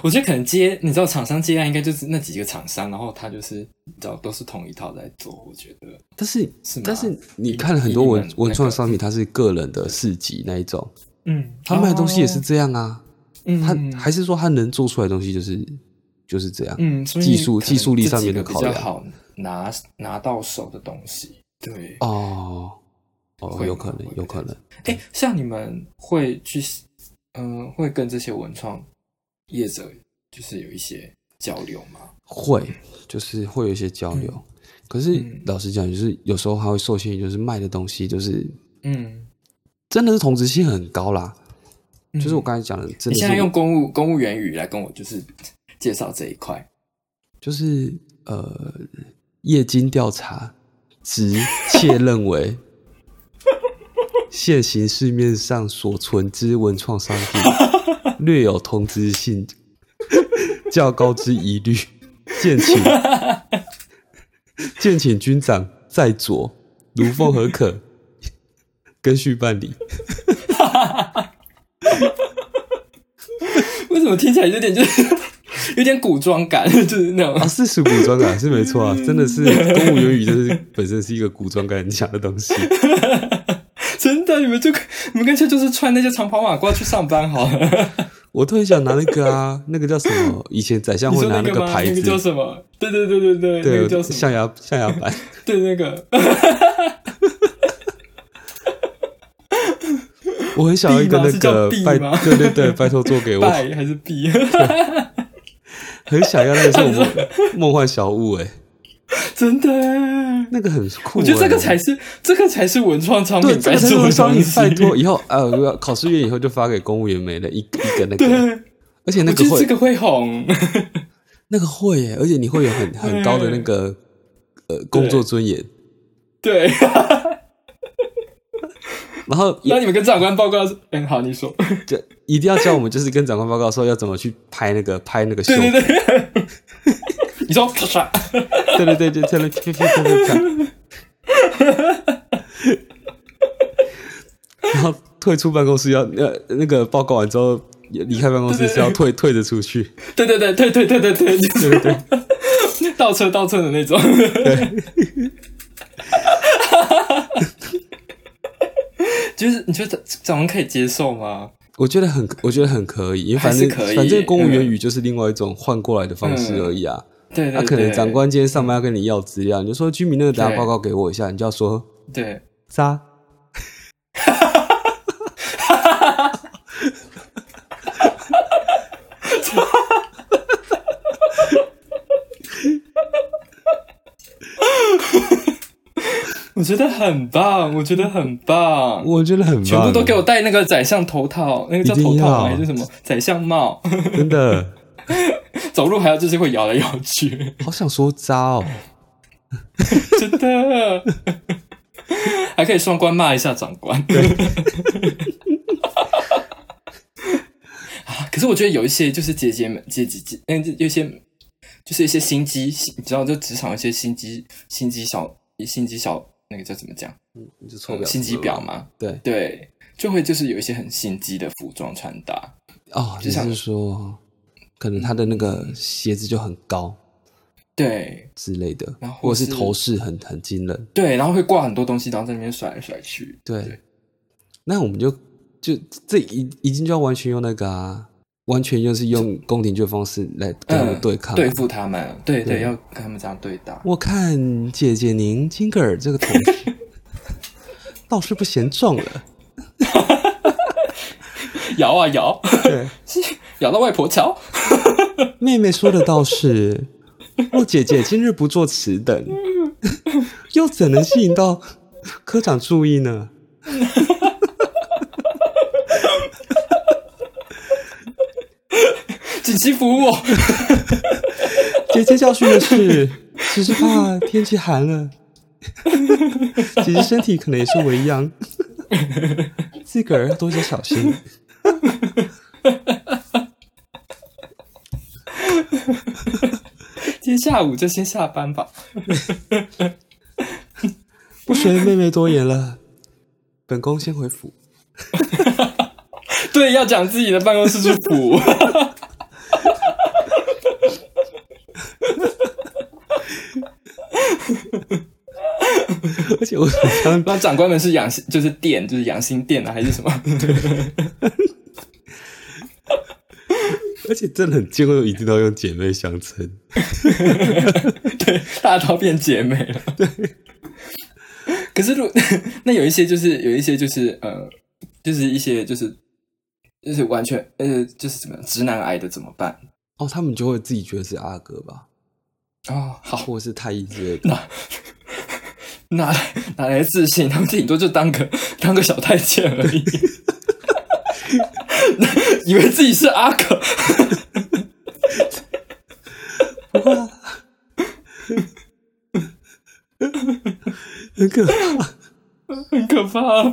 [SPEAKER 3] 我觉得可能接，你知道，厂商接案应该就是那几个厂商，然后他就是你知道都是同一套在做，我觉得
[SPEAKER 2] 但是，
[SPEAKER 3] 是吗？
[SPEAKER 2] 但是你看很多
[SPEAKER 3] 一
[SPEAKER 2] 文
[SPEAKER 3] 定的
[SPEAKER 2] 文创商品，它是个人的市集那一种，
[SPEAKER 3] 嗯，
[SPEAKER 2] 他卖的东西也是这样啊。
[SPEAKER 3] 嗯，
[SPEAKER 2] 他
[SPEAKER 3] 嗯
[SPEAKER 2] 还是说他能做出来的东西就是就是这样。
[SPEAKER 3] 嗯，所以
[SPEAKER 2] 技术
[SPEAKER 3] 可能
[SPEAKER 2] 技术力
[SPEAKER 3] 这
[SPEAKER 2] 上
[SPEAKER 3] 几
[SPEAKER 2] 面
[SPEAKER 3] 个
[SPEAKER 2] 的
[SPEAKER 3] 比
[SPEAKER 2] 考
[SPEAKER 3] 较
[SPEAKER 2] 量
[SPEAKER 3] 好拿拿到手的东西，对。
[SPEAKER 2] 哦哦，
[SPEAKER 3] 会
[SPEAKER 2] 有
[SPEAKER 3] 吗
[SPEAKER 2] 可能
[SPEAKER 3] 会，
[SPEAKER 2] 有
[SPEAKER 3] 这
[SPEAKER 2] 可
[SPEAKER 3] 样
[SPEAKER 2] 能。
[SPEAKER 3] 哎、像你们会去，嗯、会跟这些文创业者就是有一些交流吗？
[SPEAKER 2] 会，就是会有一些交流。可是
[SPEAKER 3] 嗯
[SPEAKER 2] 老实讲，就是有时候还会受限于，就是卖的东西就是
[SPEAKER 3] 嗯，
[SPEAKER 2] 真的是同质性很高啦。
[SPEAKER 3] 嗯
[SPEAKER 2] 就是我刚才讲的，真
[SPEAKER 3] 你
[SPEAKER 2] 的
[SPEAKER 3] 现在
[SPEAKER 2] 是
[SPEAKER 3] 用公务公务员语来跟我就是介绍这一块，
[SPEAKER 2] 就是呃，业经调查直切认为，现行市面上所存之文创商品略有同质性较高之疑虑，建请建请军长在左，如奉何可，根续办理。
[SPEAKER 3] 为什么听起来有点就是 有点古装感，就是那
[SPEAKER 2] 啊，
[SPEAKER 3] 种
[SPEAKER 2] 是属古装感是没错啊，真的是公务员语，就是本身是一个古装感很强的东西。
[SPEAKER 3] 真的，你们就你们干脆就是穿那些长袍马褂去上班好了。
[SPEAKER 2] 我特别想拿那 个啊，那个叫什么？以前宰相
[SPEAKER 3] 你
[SPEAKER 2] 会
[SPEAKER 3] 说
[SPEAKER 2] 拿
[SPEAKER 3] 那个
[SPEAKER 2] 个
[SPEAKER 3] 吗？
[SPEAKER 2] 牌
[SPEAKER 3] 那
[SPEAKER 2] 子
[SPEAKER 3] 个，叫什么？对对对对对，那个叫
[SPEAKER 2] 对，
[SPEAKER 3] 什么？
[SPEAKER 2] 象牙象牙 板。
[SPEAKER 3] 对那个，
[SPEAKER 2] 我很想要一个那
[SPEAKER 3] 币吗是叫
[SPEAKER 2] 个
[SPEAKER 3] 币
[SPEAKER 2] 拜，
[SPEAKER 3] 吗
[SPEAKER 2] 对对对，拜托做给我，
[SPEAKER 3] 拜还是币？
[SPEAKER 2] 很想要那个是我们梦幻小物哎、
[SPEAKER 3] 真的耶。
[SPEAKER 2] 那个很酷、
[SPEAKER 3] 我
[SPEAKER 2] 哎
[SPEAKER 3] 觉得这个才是这个才是文创商
[SPEAKER 2] 对，
[SPEAKER 3] 品
[SPEAKER 2] 这
[SPEAKER 3] 该
[SPEAKER 2] 个是
[SPEAKER 3] 做
[SPEAKER 2] 文
[SPEAKER 3] 的
[SPEAKER 2] 创
[SPEAKER 3] 东
[SPEAKER 2] 意，
[SPEAKER 3] 西。
[SPEAKER 2] 拜托以后呃，我要考试院以后就发给公务员没了，一个一个那个，
[SPEAKER 3] 对，
[SPEAKER 2] 而且那
[SPEAKER 3] 我
[SPEAKER 2] 个
[SPEAKER 3] 觉得
[SPEAKER 2] 会
[SPEAKER 3] 这个会红。
[SPEAKER 2] 那个会耶、而且你会有很很高的那个呃工作尊严，
[SPEAKER 3] 对，
[SPEAKER 2] 然后
[SPEAKER 3] 那你们跟长官报告说，嗯，好，你说，
[SPEAKER 2] 就一定要教我们就是跟长官报告说要怎么去拍那个拍那个胸
[SPEAKER 3] 对对对， 你说咔嚓，
[SPEAKER 2] 对对对，就跳了，跳跳跳跳跳。然后退出办公室要呃那个报告完之后离开办公室是要退退着出去，
[SPEAKER 3] 对对对对对对对对，
[SPEAKER 2] 对对对，
[SPEAKER 3] 就是倒车倒车的那种。 就是你觉得长官可以接受吗？
[SPEAKER 2] 我觉得很我觉得很可以，因为反
[SPEAKER 3] 还是
[SPEAKER 2] 正
[SPEAKER 3] 可以
[SPEAKER 2] 反正公务员语就是另外一种换过来的方式而已啊。
[SPEAKER 3] 对对
[SPEAKER 2] 那、
[SPEAKER 3] 对，
[SPEAKER 2] 可能长官今天上班要跟你要资料，你就说居民那个等下
[SPEAKER 3] 对
[SPEAKER 2] 报告给我一下，你就要说
[SPEAKER 3] 对，
[SPEAKER 2] 啥？
[SPEAKER 3] 我觉得很棒，我觉得很棒。
[SPEAKER 2] 我觉得很棒，
[SPEAKER 3] 全部都给我戴那个宰相头套，那个叫
[SPEAKER 2] 一定
[SPEAKER 3] 头套吗还
[SPEAKER 2] 要
[SPEAKER 3] 是什么宰相帽？
[SPEAKER 2] 真的
[SPEAKER 3] 走路还要就是会摇来摇去，
[SPEAKER 2] 好想说渣哦。
[SPEAKER 3] 真的，还可以双关骂一下长官。 啊，可是我觉得有一些就是姐姐们、姐姐姐，嗯，有一些就是一些心机，你知道，就职场一些心机、心机小、心机小，那个叫怎么讲？
[SPEAKER 2] 你就臭婊，
[SPEAKER 3] 心机婊？嘛，
[SPEAKER 2] 对，
[SPEAKER 3] 对，就会就是有一些很心机的服装穿搭。
[SPEAKER 2] 哦，
[SPEAKER 3] 就
[SPEAKER 2] 你
[SPEAKER 3] 像
[SPEAKER 2] 是说，可能他的那个鞋子就很高
[SPEAKER 3] 对
[SPEAKER 2] 之类的，
[SPEAKER 3] 然后
[SPEAKER 2] 或者是
[SPEAKER 3] 是
[SPEAKER 2] 头饰很很惊人。
[SPEAKER 3] 对，然后会挂很多东西，然后在那边甩来甩去。
[SPEAKER 2] 对，那我们就就这一已经就要完全用那个啊，完全就是用宫廷剧的方式来跟他们对抗。
[SPEAKER 3] 嗯对付他们，对对，
[SPEAKER 2] 对
[SPEAKER 3] 要跟他们这样对打。
[SPEAKER 2] 我看姐姐您金格尔这个同学 倒是不嫌重了，
[SPEAKER 3] 摇啊摇，
[SPEAKER 2] 对，
[SPEAKER 3] 摇到外婆桥。
[SPEAKER 2] 妹妹说的倒是，若姐姐今日不做此等， 又怎能吸引到科长注意呢？
[SPEAKER 3] 请欺负我。
[SPEAKER 2] 姐姐教训的是， 只是怕天气寒了。 姐姐身体可能也是微恙， 自个儿要多加小心。
[SPEAKER 3] 今天下午就先下班吧。
[SPEAKER 2] 不随妹妹多言了，本宫先回府。
[SPEAKER 3] 对，要讲自己的办公室祝 福。
[SPEAKER 2] 而且我想
[SPEAKER 3] 那长官们是养心，就是店，就是养心殿啊，还是什么？
[SPEAKER 2] 而且真的很贱，为什么一定要用姐妹相称？
[SPEAKER 3] 对，大家都变姐妹了。对。可是如， 那有一些就是有一些就是呃，就是一些就是就是完全呃，就是怎么样直男癌的怎么办？
[SPEAKER 2] 哦，他们就会自己觉得是阿哥吧，
[SPEAKER 3] 哦，好，
[SPEAKER 2] 或者是太医之 类的。
[SPEAKER 3] 哪来哪来的自信？他们顶多就当个当个小太监而已， 以为自己是阿哥。
[SPEAKER 2] 很可怕，
[SPEAKER 3] 很可怕。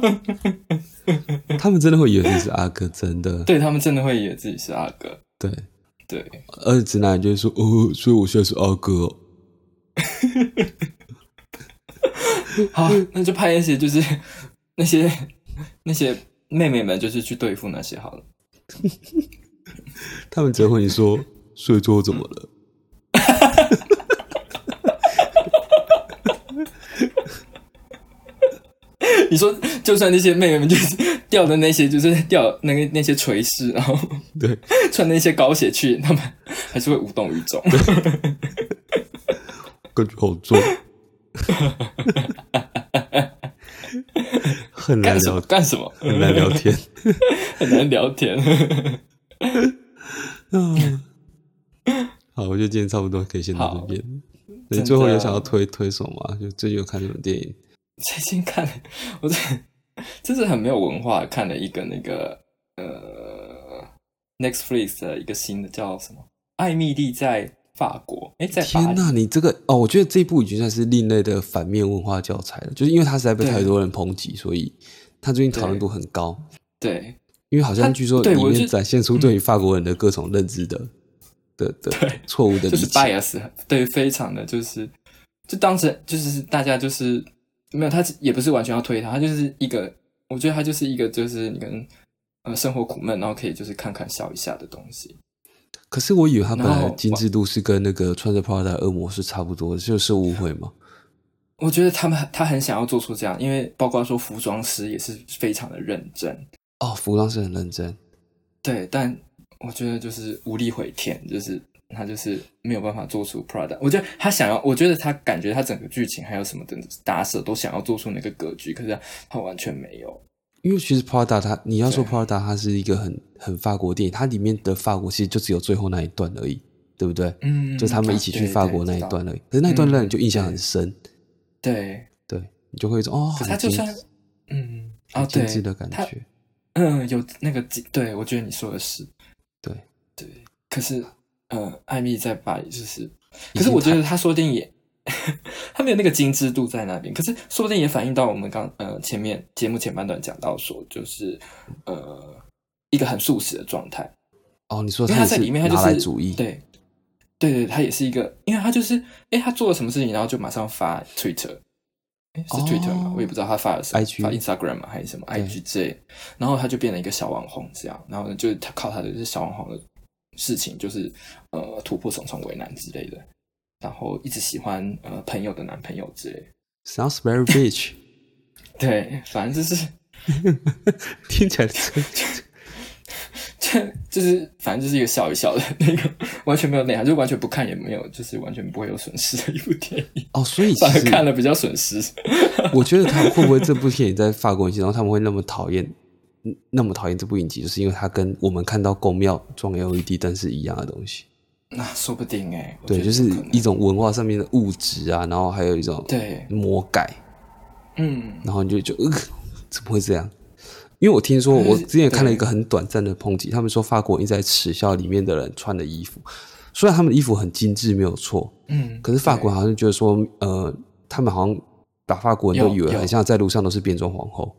[SPEAKER 2] 他们真的会以为自己是阿哥，真的。
[SPEAKER 3] 对他们真的会以为自己是阿哥，
[SPEAKER 2] 对，
[SPEAKER 3] 对，
[SPEAKER 2] 而且直男就会说哦，所以我现在是阿哥哦。
[SPEAKER 3] 好，那就派一些就是那些那些妹妹们，就是去对付那些好了。
[SPEAKER 2] 他们只会问你说， 所以最后怎么了？
[SPEAKER 3] 你说，就算那些妹妹们就是掉的那些，就是掉那个那些垂饰，然后
[SPEAKER 2] 对，
[SPEAKER 3] 穿那些高鞋去，他们还是会无动于衷。
[SPEAKER 2] 感觉好 重，很难
[SPEAKER 3] 干什么
[SPEAKER 2] 聊，
[SPEAKER 3] 干什么？
[SPEAKER 2] 很难聊天。
[SPEAKER 3] 很难聊天。
[SPEAKER 2] 嗯， 好，我觉得今天差不多可以先到这
[SPEAKER 3] 好
[SPEAKER 2] 边。
[SPEAKER 3] 真
[SPEAKER 2] 你
[SPEAKER 3] 的啊
[SPEAKER 2] 最后有想要推推什么吗？就最近有看什么电影？
[SPEAKER 3] 最近看了，我这真是很没有文化，看了一个那个呃 Netflix 的一个新的叫什么《艾米丽在法国》哎，在巴
[SPEAKER 2] 天
[SPEAKER 3] 黎
[SPEAKER 2] 呐，你这个哦，我觉得这一部已经算是另类的反面文化教材了，就是因为它实在被
[SPEAKER 3] 对
[SPEAKER 2] 太多人抨击，所以它最近讨论度很高。
[SPEAKER 3] 对
[SPEAKER 2] 因为好
[SPEAKER 3] 它
[SPEAKER 2] 像据说
[SPEAKER 3] 对
[SPEAKER 2] 里
[SPEAKER 3] 我嗯
[SPEAKER 2] 面
[SPEAKER 3] 就
[SPEAKER 2] 展现出对于法国人的各种认知的的的
[SPEAKER 3] 对
[SPEAKER 2] 错误的
[SPEAKER 3] 就
[SPEAKER 2] 理
[SPEAKER 3] 是
[SPEAKER 2] 解。
[SPEAKER 3] bias 对，非常的就是就当成就是大家就是没有他也不是完全要推他，他就是一个我觉得他就是一个就是你跟呃生活苦闷，然后可以就是看看笑一下的东西。
[SPEAKER 2] 可是我以为它本
[SPEAKER 3] 然
[SPEAKER 2] 来
[SPEAKER 3] 后
[SPEAKER 2] 的精致度是跟那个穿着 Prada 的恶魔是差不多的，就是误会嘛。
[SPEAKER 3] 我觉得他们他很想要做出这样，因为包括说服装师也是非常的认真。
[SPEAKER 2] 哦，服装是很认真，
[SPEAKER 3] 对，但我觉得就是无力回天，就是他就是没有办法做出 Prada。我觉得他想要，我觉得他感觉他整个剧情还有什么的搭设都想要做出那个格局，可是他完全没有。
[SPEAKER 2] 因为其实 Prada 它，你要说
[SPEAKER 3] 对
[SPEAKER 2] Prada 它是一个很很法国电影，它里面的法国其实就只有最后那一段而已，对不对？
[SPEAKER 3] 嗯
[SPEAKER 2] 就是他们一起去法国那一段而已。可是那一段让你就印象很深，
[SPEAKER 3] 对，对
[SPEAKER 2] 对你就会有一种
[SPEAKER 3] 嗯
[SPEAKER 2] 哦，
[SPEAKER 3] 可是
[SPEAKER 2] 很
[SPEAKER 3] 他就
[SPEAKER 2] 精
[SPEAKER 3] 算嗯啊
[SPEAKER 2] 很精
[SPEAKER 3] 对
[SPEAKER 2] 致的感
[SPEAKER 3] 他
[SPEAKER 2] 觉。
[SPEAKER 3] 嗯 有那个几对，我觉得你说的是
[SPEAKER 2] 对，
[SPEAKER 3] 对。可是呃，艾米在巴黎就是，可
[SPEAKER 2] 已
[SPEAKER 3] 是
[SPEAKER 2] 经
[SPEAKER 3] 我觉
[SPEAKER 2] 太
[SPEAKER 3] 得他说不定也。他没有那个精致度在那边，可是说不定也反映到我们刚呃前面节目前半段讲到说，就是呃一个很素食的状态，
[SPEAKER 2] 哦，你说
[SPEAKER 3] 因为
[SPEAKER 2] 也
[SPEAKER 3] 在
[SPEAKER 2] 是
[SPEAKER 3] 里面他就
[SPEAKER 2] 拿
[SPEAKER 3] 是
[SPEAKER 2] 来主义，
[SPEAKER 3] 对对对，他也是一个，因为他就是哎他做了什么事情，然后就马上发 Twitter，哎是
[SPEAKER 2] 哦
[SPEAKER 3] Twitter 吗？我也不知道他发了什么
[SPEAKER 2] IG
[SPEAKER 3] 发 Instagram 啊吗还是什么
[SPEAKER 2] 对
[SPEAKER 3] IG 之类，然后他就变成一个小网红这样，然后呢就是他靠他的这小网红的事情，就是呃突破重重围难之类的，然后一直喜欢呃朋友的男朋友之类的。
[SPEAKER 2] Sounds very rich，
[SPEAKER 3] 对，反正就是
[SPEAKER 2] 听起来是
[SPEAKER 3] 这就是反正就是一个笑一笑的那个，完全没有内涵，就完全不看也没有，就是完全不会有损失的一部电影，
[SPEAKER 2] 哦，所以其
[SPEAKER 3] 反而
[SPEAKER 2] 实
[SPEAKER 3] 看了比较损失。
[SPEAKER 2] 我觉得他们会不会这部电影在法国引起，然后他们会那么讨厌，嗯那么讨厌这部影集，就是因为它跟我们看到宫庙装 LED 灯是一样的东西。
[SPEAKER 3] 那说不定哎、我
[SPEAKER 2] 对，
[SPEAKER 3] 觉得
[SPEAKER 2] 就是
[SPEAKER 3] 有可能
[SPEAKER 2] 一种文化上面的物质啊，然后还有一种
[SPEAKER 3] 对，
[SPEAKER 2] 魔改，
[SPEAKER 3] 嗯，
[SPEAKER 2] 然后你就就、呃、怎么会这样？因为我听说，
[SPEAKER 3] 可是
[SPEAKER 2] 我之前看了一个很短暂的抨击，他们说法国人一直在耻笑里面的人穿的衣服，虽然他们的衣服很精致没有错，
[SPEAKER 3] 嗯，
[SPEAKER 2] 可是法国
[SPEAKER 3] 对
[SPEAKER 2] 人好像觉得说，呃，他们好像把法国人都以为
[SPEAKER 3] 有有
[SPEAKER 2] 很像在路上都是变装皇 后。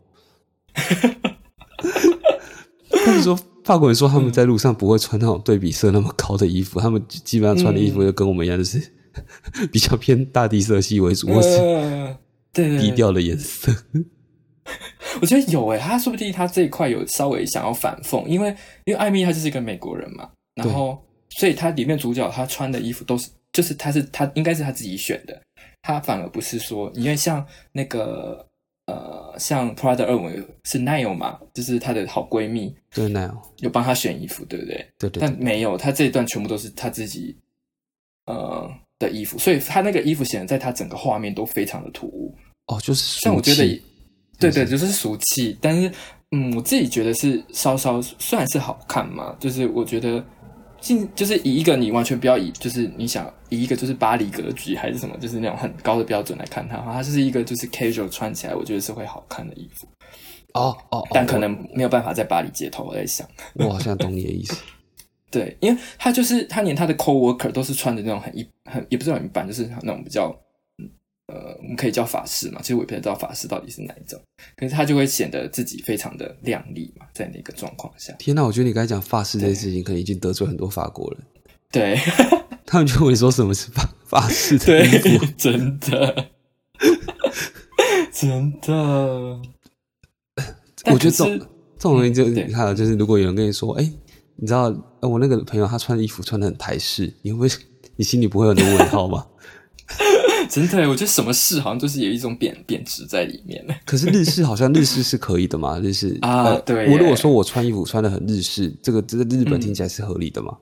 [SPEAKER 2] 他们说法国人说他们在路上不会穿那种对比色那么高的衣服，他们基本上穿的衣服
[SPEAKER 3] 嗯
[SPEAKER 2] 就跟我们一样，就是 比较偏大地色系为主，或是
[SPEAKER 3] 呃对对
[SPEAKER 2] 低
[SPEAKER 3] 对
[SPEAKER 2] 调的颜色。
[SPEAKER 3] 嗯我觉得有诶、他说不定他这一块有稍微想要反讽，因为因为艾米她就是一个美国人嘛，然后所以他里面主角他穿的衣服都是，就是他是他应该是他自己选的，他反而不是说，因为像那个呃像 Prada 二文是 Nile 嘛，就是她的好闺蜜
[SPEAKER 2] 对，那样，
[SPEAKER 3] 有帮她选衣服，对不对？
[SPEAKER 2] 对对
[SPEAKER 3] 但
[SPEAKER 2] 对，
[SPEAKER 3] 没有，他这一段全部都是他自己呃的衣服，所以他那个衣服显得在他整个画面都非常的突兀。
[SPEAKER 2] 哦，就是
[SPEAKER 3] 但我
[SPEAKER 2] 俗
[SPEAKER 3] 觉得也
[SPEAKER 2] 气，，
[SPEAKER 3] 对
[SPEAKER 2] 是
[SPEAKER 3] 对，就是俗气。但是，嗯，我自己觉得是稍稍虽然是好看嘛，就是我觉得进就是以一个你完全不要以就是你想以一个就是巴黎格局还是什么，就是那种很高的标准来看它的话，它就是一个就是 casual 穿起来，我觉得是会好看的衣服，
[SPEAKER 2] 哦哦，哦
[SPEAKER 3] 但可能没有办法在巴黎街头。我在想，
[SPEAKER 2] 我我好像懂你的 意思。
[SPEAKER 3] 对，因为他就是他连他的 co-worker 都是穿的那种很一很也不是很一般，就是那种比较嗯呃，我们可以叫法式嘛。其实我也不太知道法式到底是哪一种，可是他就会显得自己非常的靓丽嘛，在那个状况下，
[SPEAKER 2] 天哪，我觉得你刚才讲法式这件事情，可能已经得罪很多法国人。
[SPEAKER 3] 对
[SPEAKER 2] 他们就问你说什么是 法法式的衣
[SPEAKER 3] 对
[SPEAKER 2] 服，，
[SPEAKER 3] 真的 真的，但
[SPEAKER 2] 我觉得这
[SPEAKER 3] 可
[SPEAKER 2] 种
[SPEAKER 3] 是
[SPEAKER 2] 这种东西就
[SPEAKER 3] 嗯对
[SPEAKER 2] 你看啊，就是如果有人跟你说，哎、你知道，呃我那个朋友他穿的衣服穿的很台式，你会不 会你心里不会有那个问号吗？
[SPEAKER 3] 真的，我觉得什么事好像都是有一种贬贬值在里面。
[SPEAKER 2] 可是日式好像日式是可以的嘛，日式
[SPEAKER 3] 啊
[SPEAKER 2] 呃
[SPEAKER 3] 对耶
[SPEAKER 2] 我如果说我穿衣服穿的很日式，这个这个日本
[SPEAKER 3] 嗯
[SPEAKER 2] 听起来是合理的嘛？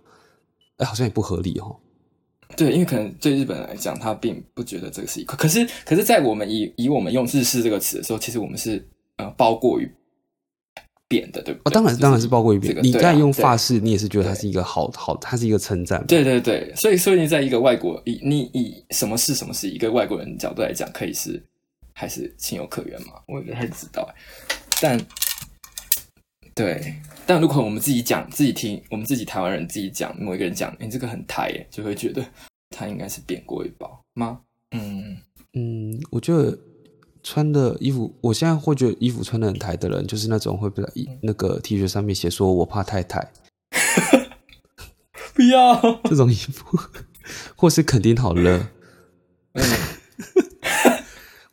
[SPEAKER 2] 哎、好像也不合理哦。
[SPEAKER 3] 对，因为可能对日本人来讲，他并不觉得这个是一块。可是，可是在我们以以我们用“日式”这个词的时候，其实我们是呃包过于贬的，对不
[SPEAKER 2] 哦，
[SPEAKER 3] 对？
[SPEAKER 2] 当然
[SPEAKER 3] 就是
[SPEAKER 2] 当然是包括一遍
[SPEAKER 3] 这。个
[SPEAKER 2] 你
[SPEAKER 3] 对
[SPEAKER 2] 刚
[SPEAKER 3] 啊
[SPEAKER 2] 才用
[SPEAKER 3] 对
[SPEAKER 2] 法式，你也是觉得它是一个好好，它是一个称赞嘛。
[SPEAKER 3] 对对对，所以所以你在一个外国，以你以什么是什么是一个外国人角度来讲，可以是还是情有可原嘛？我也不太知道，欸但对，但如果我们自己讲、自己听，我们自己台湾人自己讲，某一个人讲，你、这个很台耶，就会觉得他应该是贬过一包吗？嗯，
[SPEAKER 2] 嗯，我觉得穿的衣服，我现在会觉得衣服穿的很台的人，就是那种会在衣那个 T 恤上面写说“我怕太太
[SPEAKER 3] 不要。”
[SPEAKER 2] 这种衣服，或是肯定好热。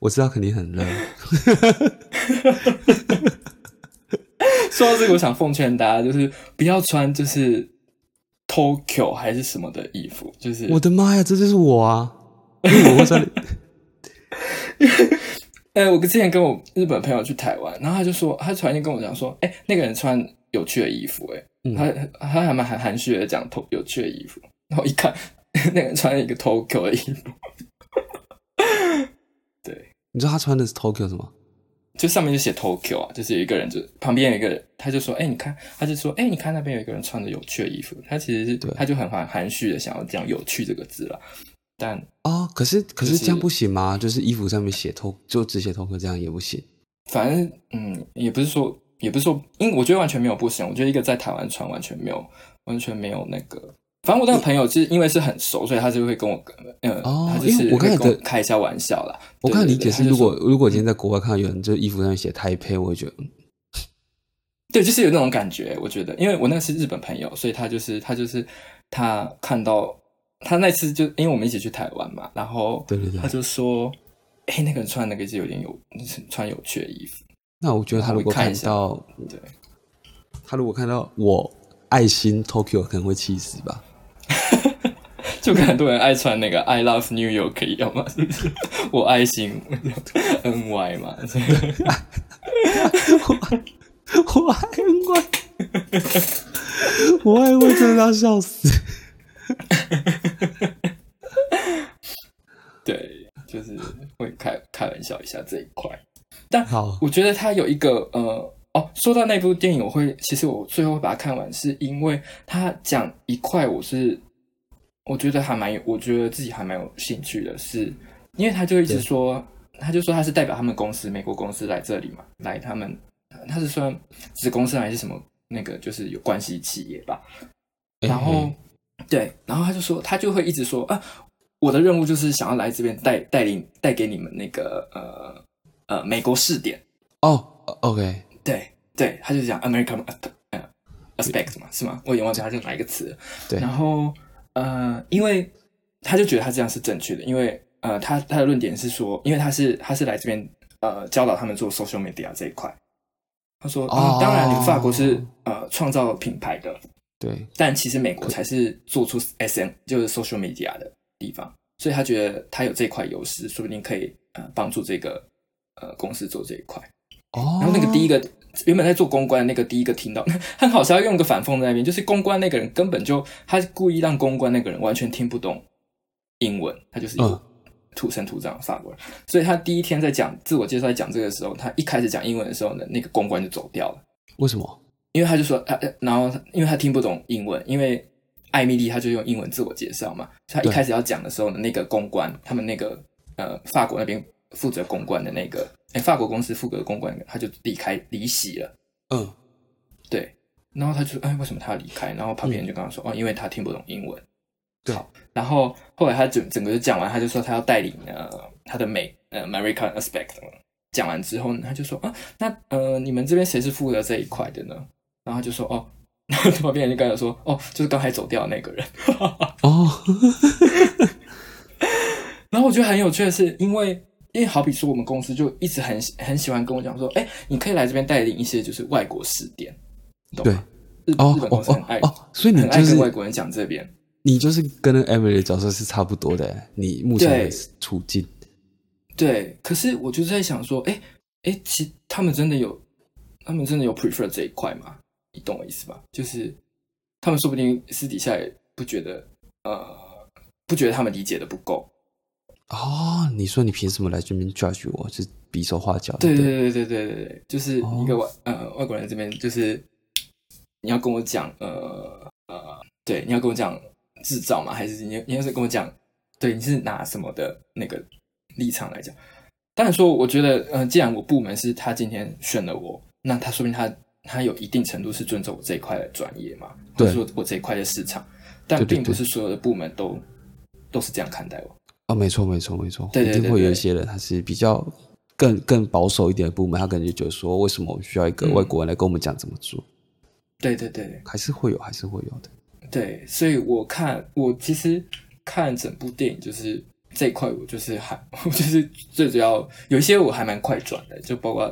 [SPEAKER 2] 我知道肯定很热，
[SPEAKER 3] 说到这个，我想奉劝大家，就是不要穿就是 Tokyo 还是什么的衣服，就是
[SPEAKER 2] 我的妈呀，这就是我啊！因为我会穿，
[SPEAKER 3] 呃，我之前跟我日本朋友去台湾，然后他就说，他突然间跟我讲说，哎、那个人穿有趣的衣服、诶
[SPEAKER 2] 嗯
[SPEAKER 3] 哎、他他还蛮含含蓄的讲头有趣的衣服，然后一看， 那个人穿了一个 Tokyo 的衣服，
[SPEAKER 2] 你知道他穿的是 Tokyo 什么？
[SPEAKER 3] 就上面就写 Tokyo 啊，就是有一个人就旁边有一个人，他就说，哎、你看，他就说，哎、你看那边有一个人穿着有趣的衣服，他其实是
[SPEAKER 2] 对
[SPEAKER 3] 他就很含含蓄的想要讲有趣这个字了，但
[SPEAKER 2] 哦，可是可
[SPEAKER 3] 就是是
[SPEAKER 2] 这样不行吗？就是衣服上面写 Tokyo，就只写 Tokyo 这样也不行。
[SPEAKER 3] 反正嗯，也不是说，也不是说，因为我觉得完全没有不行。我觉得一个在台湾穿完全没有，完全没有那个。反正我那个朋友就是因为是很熟，所以他就会跟我，呃，
[SPEAKER 2] 哦
[SPEAKER 3] 他就是
[SPEAKER 2] 因为我刚才
[SPEAKER 3] 会跟我
[SPEAKER 2] 的
[SPEAKER 3] 开一下玩笑啦。
[SPEAKER 2] 我
[SPEAKER 3] 对
[SPEAKER 2] 看
[SPEAKER 3] 对
[SPEAKER 2] 理解
[SPEAKER 3] 对
[SPEAKER 2] 是，
[SPEAKER 3] 他就
[SPEAKER 2] 如果
[SPEAKER 3] 说
[SPEAKER 2] 如果今天在国外看到有人就衣服上面写 Taipei，我会觉得嗯
[SPEAKER 3] 对，就是有那种感觉。我觉得，因为我那个是日本朋友，所以他就是他就是他看到他那次就因为我们一起去台湾嘛，然后
[SPEAKER 2] 对对对
[SPEAKER 3] 他就说，哎，那个人穿那个就有点有穿有趣的衣服，
[SPEAKER 2] 那我觉得他如果
[SPEAKER 3] 我看
[SPEAKER 2] 看
[SPEAKER 3] 一下
[SPEAKER 2] 到
[SPEAKER 3] 对。
[SPEAKER 2] 他如果看到我爱心 Tokyo 可能会气 死吧。
[SPEAKER 3] 就跟很多人爱穿那个 I love New York 一样嘛，是不是？我爱心 N Y 嘛，所以
[SPEAKER 2] 我爱我， 我爱我真的要笑死。
[SPEAKER 3] 对，就是会开开玩笑一下这一块。但
[SPEAKER 2] 好
[SPEAKER 3] 我觉得它有一个呃，哦，说到那部电影，我会其实我最后会把它看完，是因为它讲一块我是我觉得还蛮有，我觉得自己还蛮有兴趣的是，因为他就一直
[SPEAKER 2] 对
[SPEAKER 3] 说，他就说他是代表他们公司美国公司来这里嘛，来他们它是算子公司还是什么那个就是有关系企业吧？
[SPEAKER 2] 哎
[SPEAKER 3] 然后、
[SPEAKER 2] 嘿
[SPEAKER 3] 对，然后他就说，他就会一直说啊，我的任务就是想要来这边带带领带给你们那个呃呃美国试点，
[SPEAKER 2] 哦呃，OK，
[SPEAKER 3] 对对，他就讲 American 呃 aspect 嘛，是吗？我也忘记他是哪一个词了。
[SPEAKER 2] 对
[SPEAKER 3] 然后呃，因为他就觉得他这样是正确的，因为呃，他他的论点是说，因为他是他是来这边呃教导他们做 social media 这一块。他说：“嗯
[SPEAKER 2] 哦
[SPEAKER 3] 当然，你们法国是、呃创造品牌的，
[SPEAKER 2] 对，
[SPEAKER 3] 但其实美国才是做出 S M 就是 social media 的地方，所以他觉得他有这块优势，说不定可以呃帮助这个呃公司做这一块。
[SPEAKER 2] 哦，
[SPEAKER 3] 然后那个第一
[SPEAKER 2] 个，
[SPEAKER 3] 个、原本在做公关的那个第一个听到 很好笑，用个反讽在那边，就是公关那个人根本就他故意让公关那个人完全听不懂英文，他就是一
[SPEAKER 2] 嗯
[SPEAKER 3] 个土生土长的法国人，所以他第一天在讲自我介绍在讲这个的时候，他一开始讲英文的时候呢，那个公关就走掉了。
[SPEAKER 2] 为什么？
[SPEAKER 3] 因为他就说他，呃然后他因为他听不懂英文，因为艾米丽她就用英文自我介绍嘛，所以他一
[SPEAKER 2] 对
[SPEAKER 3] 开始要讲的时候呢，那个公关他们那个呃法国那边负责公关的那个，哎，法国公司负责公关的，他就离开离席了，
[SPEAKER 2] 嗯，
[SPEAKER 3] 对，然后他就说，哎，为什么他要离开？然后旁边人就跟他说，哦，因为他听不懂英文。
[SPEAKER 2] 对
[SPEAKER 3] 好，然后后来他整整个就讲完，他就说他要带领呃他的美呃 American aspect 嘛。讲完之后呢，他就说啊，那呃你们这边谁是负责这一块的呢？然后他就说哦， 然后旁边人就跟他说哦，就是刚才走掉的那个人。
[SPEAKER 2] 哦，
[SPEAKER 3] 然后我觉得很有趣的是，因为因为好比说我们公司就一直很喜很喜欢跟我讲说，哎，你可以来这边带领一些就是外国试点，你懂吗？日
[SPEAKER 2] 哦
[SPEAKER 3] 日本公
[SPEAKER 2] 哦
[SPEAKER 3] 司很
[SPEAKER 2] 哦
[SPEAKER 3] 爱、
[SPEAKER 2] 哦，所以你
[SPEAKER 3] 很
[SPEAKER 2] 就
[SPEAKER 3] 爱跟外
[SPEAKER 2] 是
[SPEAKER 3] 国人讲这边。
[SPEAKER 2] 你就是跟那个 Emily 的角色是差不多的，你目前的
[SPEAKER 3] 对
[SPEAKER 2] 处境，
[SPEAKER 3] 对，可是我就在想说，哎哎，诶其他们真的有，他们真的有 prefer 这一块吗？你懂我意思吧？就是他们说不定私底下也不觉得，呃，不觉得他们理解的不够。
[SPEAKER 2] 哦，你说你凭什么来这边 judge 我？是比手画脚的，
[SPEAKER 3] 对
[SPEAKER 2] 不
[SPEAKER 3] 对对对对对对，就是一个外、呃外国人这边，就是你要跟我讲呃呃，对，你要跟我讲制造嘛，还是你你要是跟我讲，对，你是拿什么的那个立场来讲？当然说，我觉得呃，既然我部门是他今天选了我，那他说明他他有一定程度是尊重我这一块的专业嘛，或者
[SPEAKER 2] 对
[SPEAKER 3] 说我这一块的市场，但
[SPEAKER 2] 对对
[SPEAKER 3] 并不
[SPEAKER 2] 对
[SPEAKER 3] 是所有的部门都都是这样看待我。
[SPEAKER 2] 哦，没错，没错，没错，
[SPEAKER 3] 对对
[SPEAKER 2] 一定
[SPEAKER 3] 对
[SPEAKER 2] 会有
[SPEAKER 3] 对
[SPEAKER 2] 一些人他是比较更更保守一点的部门，他可能就觉得说，为什么我们需要一个
[SPEAKER 3] 嗯
[SPEAKER 2] 外国人来跟我们讲怎么做？
[SPEAKER 3] 对对对，
[SPEAKER 2] 还是会有，还是会有的。
[SPEAKER 3] 对，所以我看我其实看整部电影就是这一块，我就是还我就是最主要有一些我还蛮快转的，就包括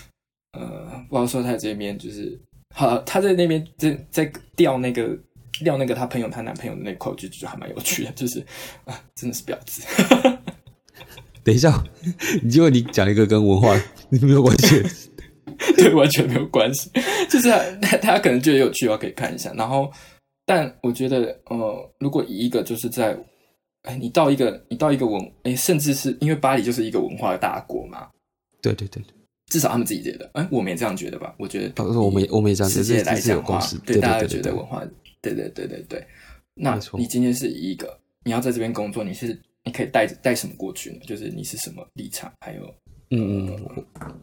[SPEAKER 3] 呃，包括说他这边就是好，他在那边在在钓那个钓那个他朋友他男朋友的那块，我就觉得还蛮有趣的，就是啊，真的是婊子，
[SPEAKER 2] 等一下， 结果你讲一个跟文化 没有关系的，
[SPEAKER 3] 对，完全没有关系。就是啊大大家可能觉得有趣，我可以看一下。然后，但我觉得，呃，如果以一个就是在，哎，你到一个你到一个文，哎，甚至是因为巴黎就是一个文化的大国嘛，
[SPEAKER 2] 对对对，
[SPEAKER 3] 至少他们自己觉得，哎，我们也这样觉得吧？我觉得，
[SPEAKER 2] 到时候哦我们也我们也这样子，
[SPEAKER 3] 世
[SPEAKER 2] 这
[SPEAKER 3] 界
[SPEAKER 2] 这
[SPEAKER 3] 来
[SPEAKER 2] 是有
[SPEAKER 3] 讲
[SPEAKER 2] 共
[SPEAKER 3] 话
[SPEAKER 2] 识，，
[SPEAKER 3] 对
[SPEAKER 2] 对
[SPEAKER 3] 大家
[SPEAKER 2] 对
[SPEAKER 3] 觉
[SPEAKER 2] 对
[SPEAKER 3] 得
[SPEAKER 2] 对
[SPEAKER 3] 文，化，对对对对对。那
[SPEAKER 2] 没错
[SPEAKER 3] 你今天是以一个你要在这边工作，你是你可以带带什么过去呢？就是你是什么立场，还有
[SPEAKER 2] 嗯嗯，嗯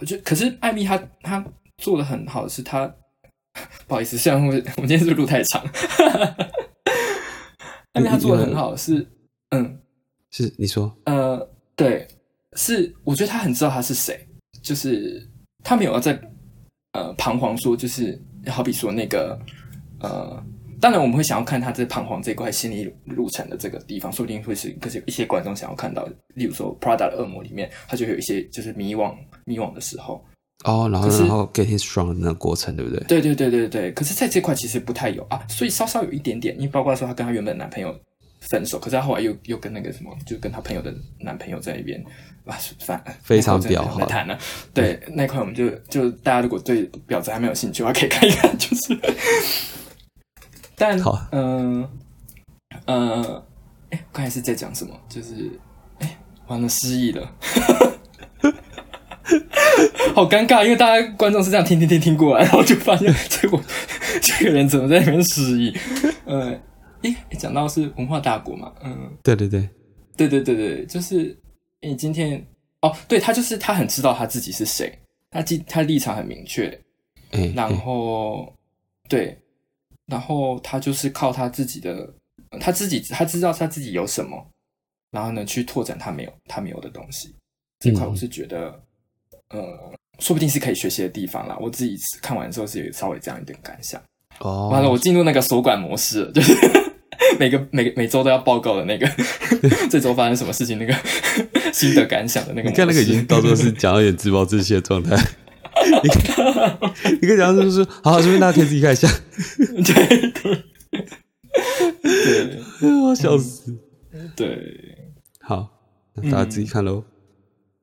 [SPEAKER 3] 我觉得呃可是艾米她她做的很好，是她 不好意思，虽然我我们今天是不是录太长， 艾米她做的很好，是嗯
[SPEAKER 2] 是你说
[SPEAKER 3] 呃对，是我觉得她很知道她是谁，就是她没有要在呃彷徨说，就是好比说那个呃。当然，我们会想要看她在彷徨这块心理路程的这个地方，说不定会是，可是有一些观众想要看到的，例如说《Prada 的恶魔》里面，他就会有一些就是迷惘、迷惘的时候，
[SPEAKER 2] 哦，然后
[SPEAKER 3] 可是
[SPEAKER 2] 然后 getting strong 的那个过程，对不对？
[SPEAKER 3] 对对对对对，可是在这块其实不太有啊，所以稍稍有一点点，因为包括说她跟她原本男朋友分手，可是她后来又又跟那个什么，就跟她朋友的男朋友在一边，哇，反
[SPEAKER 2] 非常婊
[SPEAKER 3] 好
[SPEAKER 2] 哈
[SPEAKER 3] 谈了。对，那块我们就就大家如果对婊子还没有兴趣的话，可以看一看，就是，但
[SPEAKER 2] 好
[SPEAKER 3] 嗯呃，哎、我刚才是在讲什么？就是哎、完了失忆了。 好尴尬，因为大家观众是这样听听听听过来，然后就发现结果 这个人怎么在那边失忆？ 呃，诶，讲到是文化大国嘛，嗯、
[SPEAKER 2] 对对对，
[SPEAKER 3] 对对对对，就是你今天哦，对他就是他很知道他自己是谁，他立他立场很明确，
[SPEAKER 2] 哎、欸，
[SPEAKER 3] 然后对，然后他就是靠他自己的，他自己他知道他自己有什么，然后呢去拓展他没有他没有的东西。这
[SPEAKER 2] 嗯
[SPEAKER 3] 块我是觉得，呃，说不定是可以学习的地方啦。我自己看完之后是有稍微这样一点感想。
[SPEAKER 2] 哦，
[SPEAKER 3] 完了，我进入那个所管模式了，就是 每个每每周都要报告的那个， 这周发生什么事情，那个 心得感想的那个模式。
[SPEAKER 2] 你看那个已经到处是讲到有点自暴自弃的 状态。你看，你可以讲就是说，好，这边大家可以自己 看一下，
[SPEAKER 3] 对对对
[SPEAKER 2] 我笑死。
[SPEAKER 3] 对，
[SPEAKER 2] 好，
[SPEAKER 3] 嗯
[SPEAKER 2] 那大家自己看喽。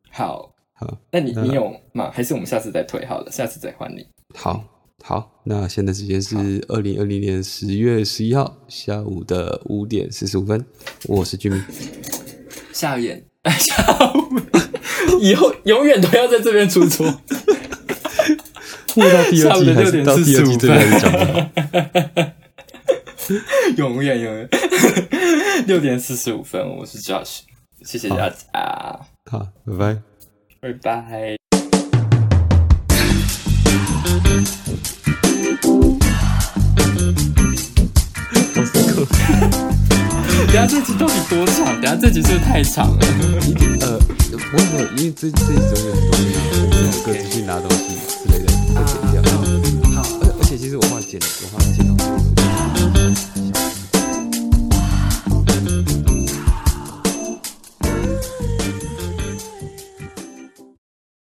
[SPEAKER 3] 好，
[SPEAKER 2] 好，
[SPEAKER 3] 那你你有吗？还是我们下次再推好了，下次再换你。
[SPEAKER 2] 好，好，那现在时间是二零二零年十月十一号下午的五点四十五分，我是居民。
[SPEAKER 3] 下眼下午， 以后永远都要在这边出错。
[SPEAKER 2] 我到第二季还是到第二季这边还是讲不好。
[SPEAKER 3] 永远永远。 六点四十五分，我是 Josh，谢谢大家，
[SPEAKER 2] 好，拜拜。
[SPEAKER 3] 拜拜。
[SPEAKER 2] 我是狗。
[SPEAKER 3] 等下这集到底多长？等下这集是不是太长了？
[SPEAKER 2] 呃，我有，因为这这一周有很多人各自去拿东西之类的。各自呃